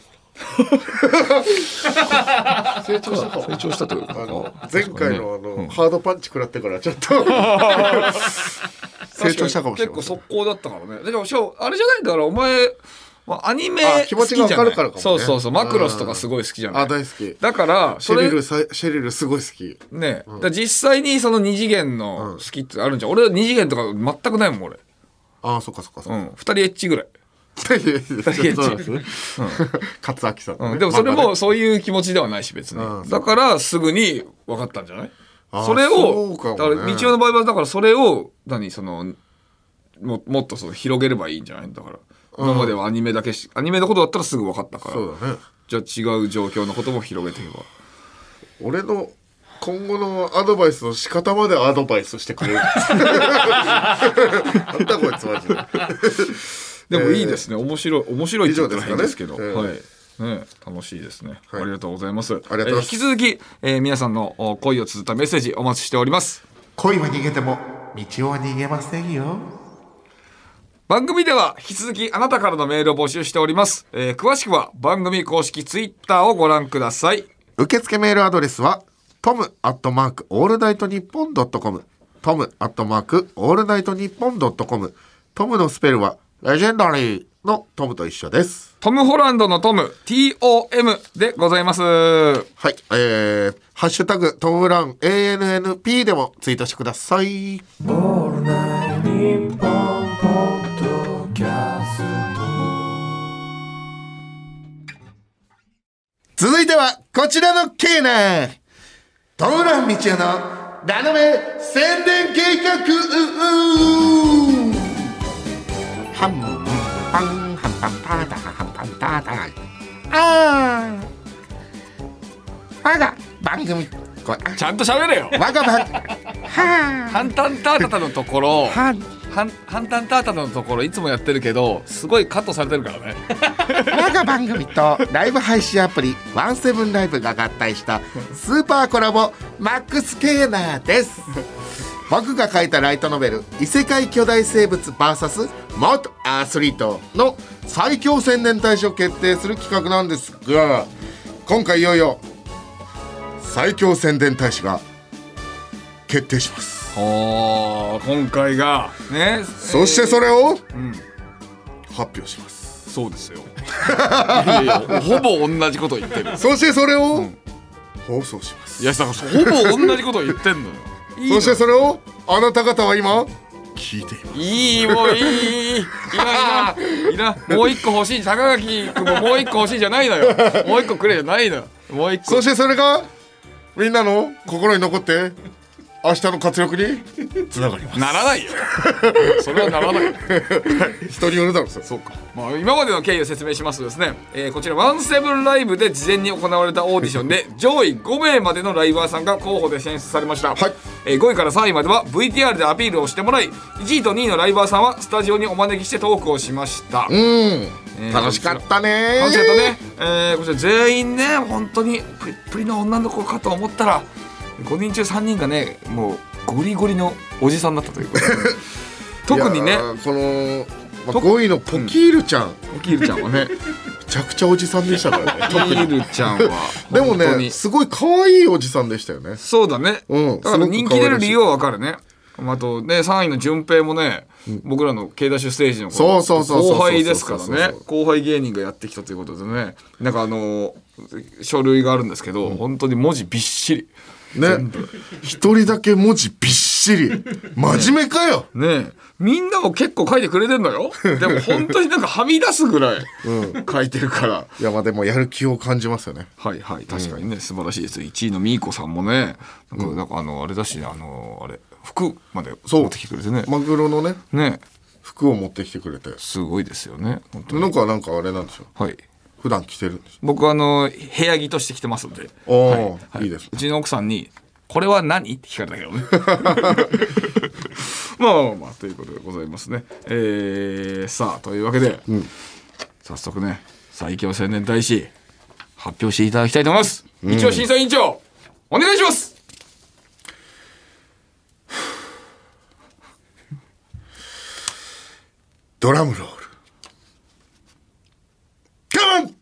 Speaker 3: かな成長したか
Speaker 2: 成長したというか
Speaker 3: あの
Speaker 2: あ
Speaker 3: 前回のあの、
Speaker 2: うん
Speaker 3: ハードパンチ食らってからちょっと
Speaker 2: <laughs>
Speaker 3: 成長したかもしれな
Speaker 2: 結
Speaker 3: い
Speaker 2: 構速攻だったからね。でも、しょあれじゃないだから、お前、まあ、アニメ
Speaker 3: あ気
Speaker 2: 好
Speaker 3: 持
Speaker 2: き
Speaker 3: ち
Speaker 2: じゃ
Speaker 3: が
Speaker 2: な
Speaker 3: わ
Speaker 2: い
Speaker 3: かるからかもね
Speaker 2: そうそうそう。マクロスとかすごい好きじゃない。
Speaker 3: あ大好き
Speaker 2: だから、
Speaker 3: シ
Speaker 2: そ
Speaker 3: ェリ
Speaker 2: れ、
Speaker 3: ル
Speaker 2: ね、
Speaker 3: さシェリルすごい好き
Speaker 2: だから実際にその二次元の好きってあるんじゃん。俺は二次元とか全くないもん、俺。
Speaker 3: ああそっかそっかそ
Speaker 2: う
Speaker 3: っか、
Speaker 2: ん。二人エッチぐらい。
Speaker 3: いやいや
Speaker 2: 大変
Speaker 3: そうですね勝明さん、
Speaker 2: うん。でもそれ
Speaker 3: まあね
Speaker 2: もそういう気持ちではないし、別
Speaker 3: うん
Speaker 2: に。だから、すぐに分かったんじゃない
Speaker 3: あー
Speaker 2: それ
Speaker 3: そ
Speaker 2: を
Speaker 3: うかも、ね
Speaker 2: だから、道夫の場合は、だからそれを、何、その、ももっとその広げればいいんじゃないだから。今まではアニメだけし、アニメのことだったらすぐ分かったから。
Speaker 3: そうだね
Speaker 2: じゃあ違う状況のことも広げていけば
Speaker 3: 俺の今後のアドバイスの仕方までアドバイスしてくれ
Speaker 2: <laughs>
Speaker 3: る。なんだこいつマジで。
Speaker 2: でもいいですね、面白い面白いって言ったら変ですけど
Speaker 3: 以上ですかね
Speaker 2: はいね、楽しいですね、
Speaker 3: はい
Speaker 2: ありがとうございます
Speaker 3: ありがとうございます
Speaker 2: えー引き続き、えー皆さんのお恋を綴ったメッセージお待ちしております
Speaker 9: 恋は逃げても道は逃げませんよ
Speaker 2: 番組では引き続きあなたからのメールを募集しております、えー詳しくは番組公式ツイッターをご覧ください
Speaker 3: 受付メールアドレスは、トムアットマークオールナイトニッポンドットコム。トムアットマークオールナイトニッポンドットコム。トムのスペルは、レジェンダリーのトムと一緒です。
Speaker 2: トム・ホランドのトム TOM でございます
Speaker 3: はい、えー、ハッシュタグトムブラウン ANNP でもツイートしてください。続いてはこちらのコーナー。トムブラウン道夫のラノベ宣伝計画ハンパンハンパンパータハンパンタータあー我が番組これ
Speaker 2: ちゃんと喋れよ
Speaker 3: 我が番
Speaker 2: ハンタンタータタのところハンハンタンタータタのところいつもやってるけどすごいカットされてるからね
Speaker 3: 我が番組とライブ配信アプリワンセブンライブが合体したスーパーコラボマックス・ケーナー
Speaker 2: <laughs>
Speaker 3: です僕が書いたライトノベル「異世界巨大生物 VS 元アスリート」の最強宣伝大賞を決定する企画なんですが今回いよいよ最強宣伝大使が決定します
Speaker 2: おー今回がね
Speaker 3: そしてそれを発表します
Speaker 2: そうですよいやいやほぼ同じこと言ってる
Speaker 3: そしてそれを放送します
Speaker 2: いやだからほぼ同じこと言ってんのよいいの
Speaker 3: そしてそれをあなた方は今聞いています
Speaker 2: いいもういいいいいらんいらんいらんもう一個欲しい高垣君ももう一個欲しいじゃないのよもう一個くれじゃないのよもう一個
Speaker 3: そしてそれがみんなの心に残って明日の活力につながります
Speaker 2: ならないよそれはならない
Speaker 3: 人によるだろうそれ
Speaker 2: そうか、まあ、今までの経緯を説明しますとですね、えーこちらワンセブンライブで事前に行われたオーディションで上位5名までのライバーさんが候補で選出されました、
Speaker 3: はい
Speaker 2: えー5位から3位までは VTR でアピールをしてもらい1位と2位のライバーさんはスタジオにお招きしてトークをしました
Speaker 3: うん
Speaker 2: ー
Speaker 3: 楽しかったね
Speaker 2: 楽しかったね、えーこちら全員ね本当にプリップリの女の子かと思ったら5人中3人がねもうゴリゴリのおじさんだったという
Speaker 3: <laughs>
Speaker 2: ことで特に
Speaker 3: い
Speaker 2: ね
Speaker 3: やーこの、ま
Speaker 2: 特
Speaker 3: 5位のポキールちゃん、め
Speaker 2: おきるちゃんは
Speaker 3: <laughs>
Speaker 2: ね
Speaker 3: ちゃくちゃおじさんでしたからね
Speaker 2: おきるちゃんは
Speaker 3: でも
Speaker 2: 本当に
Speaker 3: ねすごい可愛いおじさんでしたよね
Speaker 2: そうだね、
Speaker 3: うん
Speaker 2: だから人気出る理由はわかるねあとね3位の順平もね、僕らの K ダッシュステージの
Speaker 3: そうそうそうそう
Speaker 2: 後輩ですから
Speaker 3: そうそう
Speaker 2: ね
Speaker 3: そう
Speaker 2: 後輩芸人がやってきたということでねなんかあのー書類があるんですけど、本当に文字びっしり
Speaker 3: ね一人だけ文字びっしり真面目かよ、
Speaker 2: ねえみんなも結構書いてくれてんの <laughs> よでも本当になんかはみ出すぐらい書いてるから、
Speaker 3: いやまあでもやる気を感じますよね
Speaker 2: はいはい確かにね、素晴らしいです1位のみーこさんもねなんかなんかあのあれだしあのあれ服まで持ってきてくれてね
Speaker 3: マグロのね
Speaker 2: ねえ
Speaker 3: 服を持ってきてくれて
Speaker 2: すごいですよね本当に
Speaker 3: 布川なんかあれなんでしょ
Speaker 2: はい
Speaker 3: 普段着てるんでし
Speaker 2: 僕はあの部屋着として着てますんで、
Speaker 3: ょおー
Speaker 2: はい
Speaker 3: いいです
Speaker 2: うちの奥さんに「これは何?」って聞かれたけどねまあまあまあということでございますねえー、さあというわけで、早速ね最強宣伝大使発表していただきたいと思います、一応審査委員長お願いします
Speaker 3: ドラムロールカモン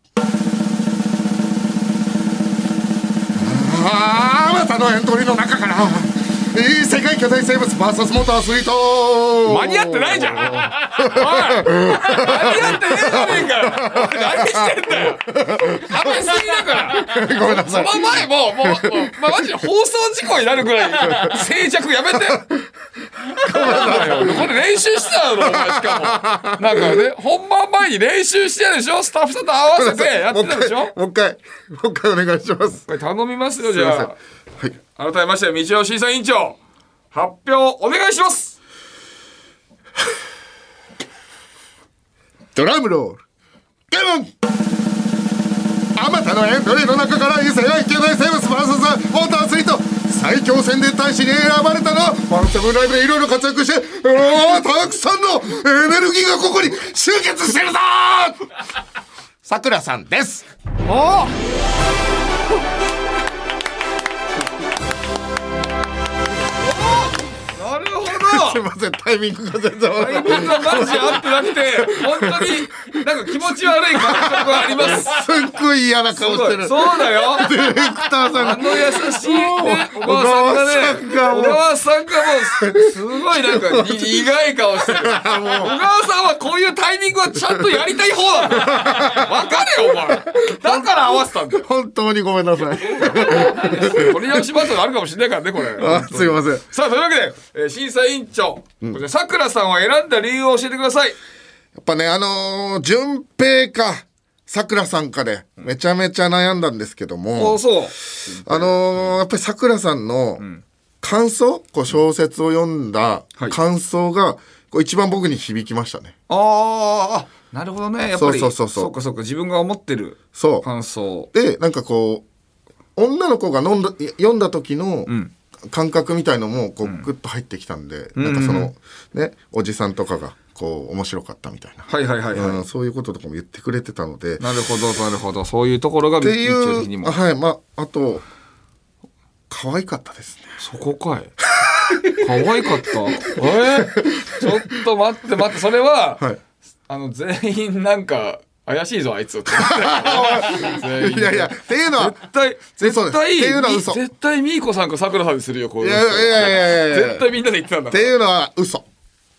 Speaker 3: あーあなたのエントリーの中からいい世界巨大生物 VS 元アスリート
Speaker 2: 間に合ってないじゃんおい間に合ってねえじゃねえかよおい何してんだよ食べ過ぎだから
Speaker 3: ごめんなさい
Speaker 2: その前もう、もう、もうまあ、マジで放送事故になるぐらい、静寂やめて。これ練習してたのお前しかも。なんかね、本番前に練習してたでしょスタッフさんと合わせてやってたでしょ
Speaker 3: もう一回もう一回お願いします
Speaker 2: これ頼みますよ、
Speaker 3: す
Speaker 2: じ
Speaker 3: いません
Speaker 2: ゃ
Speaker 3: はい
Speaker 2: あ。改めまして、道夫審査委員長、発表お願いします
Speaker 3: ドラムロールカモンあまたのエントリーの中から異性がいけない生物 VS ウォータースイート最強宣伝大使に選ばれたのはワンセブンライブでいろいろ活躍してうわーたくさんのエネルギーがここに集結してるぞーさくらさんです
Speaker 2: おおなるほ
Speaker 3: す
Speaker 2: ど
Speaker 3: いませんタイミングが全然悪い
Speaker 2: タイミングがマジ合ってなくて本当になんか気持ち悪い感覚があります
Speaker 3: すっごい嫌な
Speaker 2: す
Speaker 3: 顔し
Speaker 2: ご
Speaker 3: て
Speaker 2: い
Speaker 3: る
Speaker 2: そうだよ
Speaker 3: ディレクターさ
Speaker 2: あ
Speaker 3: ん
Speaker 2: の
Speaker 3: が
Speaker 2: 優しい、ね、お
Speaker 3: お
Speaker 2: 母さんがね、お母
Speaker 3: 母
Speaker 2: さんがもう、すごいなんかに、苦い顔してる。お母さんはこういうタイミングはちゃんとやりたい方なんだよ。わかれよ、お前。だから合わせたんだよ。
Speaker 3: 本当にごめんなさい
Speaker 2: 取り直しバトルあるかもしれないからね、これ。
Speaker 3: あすいません
Speaker 2: さあ、というわけで、えー審査委員長、こちらさくらさんを選んだ理由を教えてください。
Speaker 3: やっぱね、あのー、順平か、さくらさんかで、めちゃめちゃ悩んだんですけど
Speaker 2: そ
Speaker 3: も
Speaker 2: う、そう。
Speaker 3: あのー、やっぱりさくらさんの感想、こう小説を読んだ
Speaker 2: はい
Speaker 3: 感想が、こう一番僕に響きましたね。
Speaker 2: あーあ、なるほどね。やっぱり、
Speaker 3: そうそうそうそう
Speaker 2: そうかそうか、自分が思ってる
Speaker 3: そ
Speaker 2: 感想。
Speaker 3: う。で、なんかこう、女の子が飲んだい読んだ時の
Speaker 2: ん
Speaker 3: 感覚みたいのも、こう、グッと入ってきたんで、なんかその、ね、おじさんとかが、こう、面白かったみたいな。
Speaker 2: はいはいはいはい。
Speaker 3: うんそういうこととかも言ってくれてたので、
Speaker 2: なるほど、なるほど。そういうところが
Speaker 3: って
Speaker 2: み
Speaker 3: い
Speaker 2: 日常的に
Speaker 3: う
Speaker 2: も
Speaker 3: あ。はいまああと可愛かったですね
Speaker 2: そこかい。可愛か
Speaker 3: <laughs>
Speaker 2: った。えちょっと待って待って、それは、
Speaker 3: はい
Speaker 2: あの、全員なんか、怪しいぞ、あいつって。全員
Speaker 3: いやいやっていうのは
Speaker 2: 絶対、
Speaker 3: 嘘
Speaker 2: 絶
Speaker 3: です
Speaker 2: 対、
Speaker 3: っていうのは嘘
Speaker 2: 絶対、みーこさんかさくらさんでするよ、こう
Speaker 3: い
Speaker 2: いう
Speaker 3: やい
Speaker 2: 人。
Speaker 3: やいやいやいや
Speaker 2: 絶対みんなで言ってたんだ
Speaker 3: って。いうのは嘘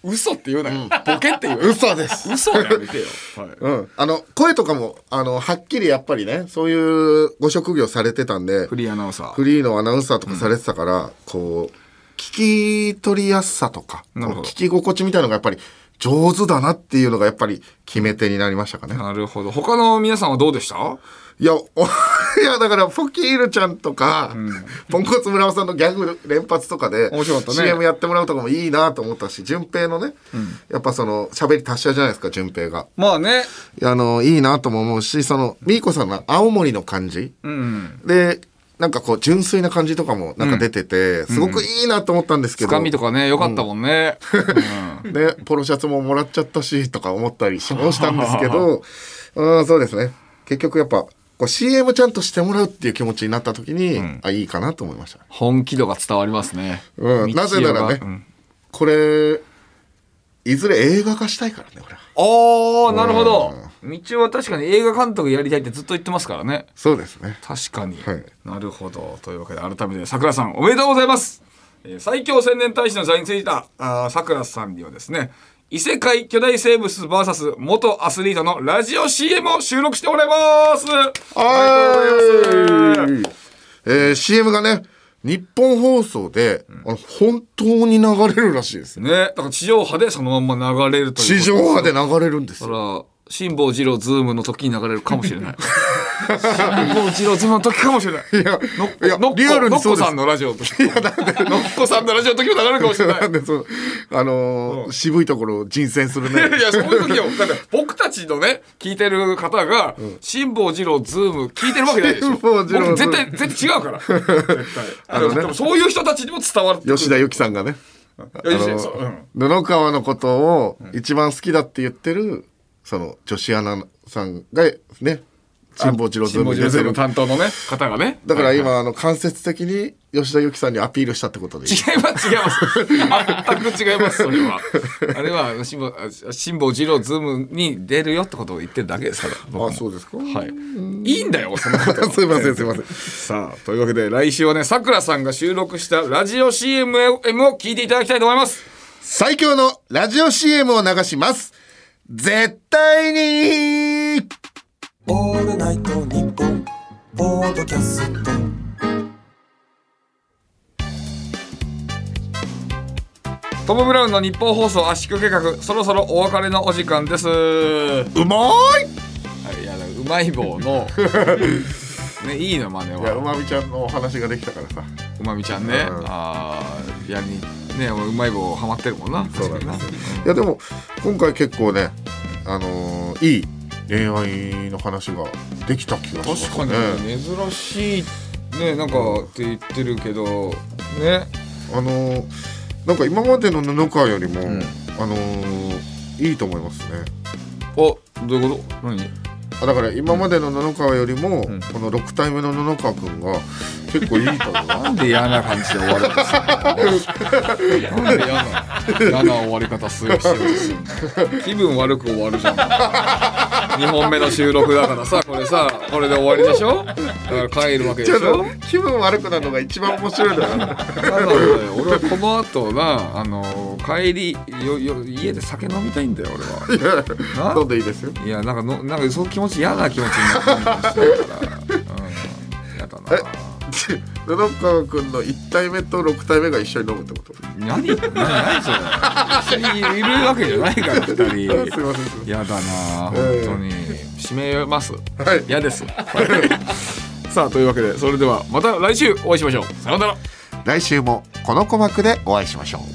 Speaker 2: 嘘って言うなよ。ボケって言うなよ。
Speaker 3: 嘘です
Speaker 2: 嘘はやめてよ。はい。
Speaker 3: うんあの声とかもあのはっきりやっぱりねそういうご職業されてたんで
Speaker 2: フ
Speaker 3: フリ
Speaker 2: リーアナウンサー。
Speaker 3: ーのアナウンサーとかされてたから、こう聞き取りやすさとか
Speaker 2: なるほど
Speaker 3: こう聞き心地みたいのがやっぱり上手だなっていうのがやっぱり決め手になりましたかね
Speaker 2: なるほど。他の皆さんはどうでした
Speaker 3: いや、お <laughs> いやだから、ポキールちゃんとか、ポンコツ村尾さんのギャグ連発とかで、
Speaker 2: 面白かったね
Speaker 3: CM やってもらうとかもいいなと思ったし、順平のね、やっぱその、喋り達者じゃないですか、順平が。
Speaker 2: まあね。
Speaker 3: いやあの、いいなとも思うし、その、ミーコさんの青森の感じ、
Speaker 2: うん。
Speaker 3: で、なんかこう、純粋な感じとかもなんか出てて、すごくいいなと思ったんですけ
Speaker 2: つ
Speaker 3: ど、
Speaker 2: かみとかね、よかったもんね。うん
Speaker 3: ね、ポロシャツももらっちゃったし、とか思ったりしもしたんです
Speaker 2: <laughs>
Speaker 3: けど、うん、そうですね。結局やっぱ、こう CM ちゃんとしてもらうっていう気持ちになった時に、あ、いいかなと思いました。
Speaker 2: 本気度が伝わりますね。
Speaker 3: う
Speaker 2: 道
Speaker 3: んなぜならね
Speaker 2: がうん
Speaker 3: これ、いずれ映画化したいからね、これは。
Speaker 2: ああ、なるほど。道は確かに映画監督やりたいってずっと言ってますからね。
Speaker 3: そうですね。
Speaker 2: 確かに。
Speaker 3: はい
Speaker 2: なるほど。というわけで、改めて、桜さん、おめでとうございます。えー最強宣伝大使の座についた、あー桜さんにはですね、異世界巨大生物 VS 元アスリートのラジオ CM を収録してもらいます。ありがとうございます。
Speaker 3: えー、CM がね、日本放送で、あの本当に流れるらしいですね。
Speaker 2: ね、だから地上波でそのまんま流れるということ
Speaker 3: 地
Speaker 2: す
Speaker 3: 上波で流れるんです
Speaker 2: だ
Speaker 3: よ。
Speaker 2: から辛坊治郎ズームの時に流れるかもしれない辛坊治郎ズームの時かもしれない
Speaker 3: いや
Speaker 2: のっこ
Speaker 3: いや
Speaker 2: のっこ
Speaker 3: リア
Speaker 2: の
Speaker 3: ルに
Speaker 2: っ
Speaker 3: そ
Speaker 2: こ
Speaker 3: うです
Speaker 2: さんのラジオの時のっこさんのラジオの時も流れるかもしれない
Speaker 3: <laughs> なんでそう、あのー渋いところを人選するね。
Speaker 2: <laughs> いやそういう時よだって僕たちのね聞いてる方が辛坊治郎ズーム聞いてるわけないでしょ
Speaker 3: 辛坊治郎
Speaker 2: 僕絶対絶対違うから <laughs> 絶対あの、
Speaker 3: ね
Speaker 2: でもそういう人たちにも伝わる
Speaker 3: 吉田由紀さんがね。
Speaker 2: いや吉田
Speaker 3: あの
Speaker 2: そううん
Speaker 3: 布川のことを一番好きだって言ってる、その女子アナさんがね、辛坊治郎ズ
Speaker 2: 辛
Speaker 3: ーム
Speaker 2: 坊
Speaker 3: に
Speaker 2: 治郎
Speaker 3: 出
Speaker 2: ズ
Speaker 3: て
Speaker 2: ーム
Speaker 3: る。
Speaker 2: 担当のね方がね
Speaker 3: だから今、あの、間接的に吉田由紀さんにアピールしたってことでいい。
Speaker 2: 違います違います全く違いますそれ <laughs> はあれは辛坊あ辛坊治郎ズームに出るよってことを言ってるだけですから僕も
Speaker 3: あ、そうですか。 <laughs>
Speaker 2: はいいいんだよそのことは
Speaker 3: すいません、すいません。
Speaker 2: さあというわけで来週はねさくらさんが収録したラジオ CM を聞いていただきたいと思います
Speaker 3: 最強のラジオ CM を流します。絶対に
Speaker 10: オールナイトニッポンポッドキャスト
Speaker 2: トム・ブラウンの日本放送圧縮計画そろそろお別れのお時間です
Speaker 3: うまーい
Speaker 2: はいいやうまい棒の <laughs> ねいいの真似
Speaker 3: いや、う
Speaker 2: は
Speaker 3: まみちゃんのお話ができたからさ。
Speaker 2: うまみちゃんね
Speaker 3: うん
Speaker 2: あーやりねうまい棒ハマってるもんな
Speaker 3: そうなんですよいやでも今回結構ねあのーいい恋愛の話ができた気がします
Speaker 2: 確
Speaker 3: ね
Speaker 2: かに珍しいねなんかって言ってるけどね
Speaker 3: あのーなんか今までの布川よりも、あのーいいと思いますね
Speaker 2: あどういうこと何
Speaker 3: あだから今までの布川よりも、この6体目の布川くんが結構いいと思うなん
Speaker 2: で嫌な感じで終わるんです
Speaker 3: か
Speaker 2: なんで嫌な嫌な終わり方するしようとするの気分悪く終わるじゃん2本目の収録だからさこれさこれで終わりでしょだから帰るわけ <laughs> でし
Speaker 3: ちょっ
Speaker 2: ょ
Speaker 3: と気分悪くなるのが一番面白い
Speaker 2: <laughs>
Speaker 3: だから
Speaker 2: なんだろうね俺はこの後なあの帰りよよ家で酒飲みたいんだよ俺は
Speaker 3: 飲んでいいですよ <laughs>
Speaker 2: いやなんかのなんかそういう気持ち嫌な気持ちになってるんですよだからうんやだな
Speaker 3: 布川くんの1体目と6体目が一緒に飲むってこと
Speaker 2: 何何何それ一緒にいるわけじゃないから二人
Speaker 3: あすいませんすいません
Speaker 2: やだな本
Speaker 3: ええ
Speaker 2: 当に締めます嫌ですさあというわけでそれではまた来週お会いしましょうさようなら
Speaker 3: 来週もこの鼓膜でお会いしましょう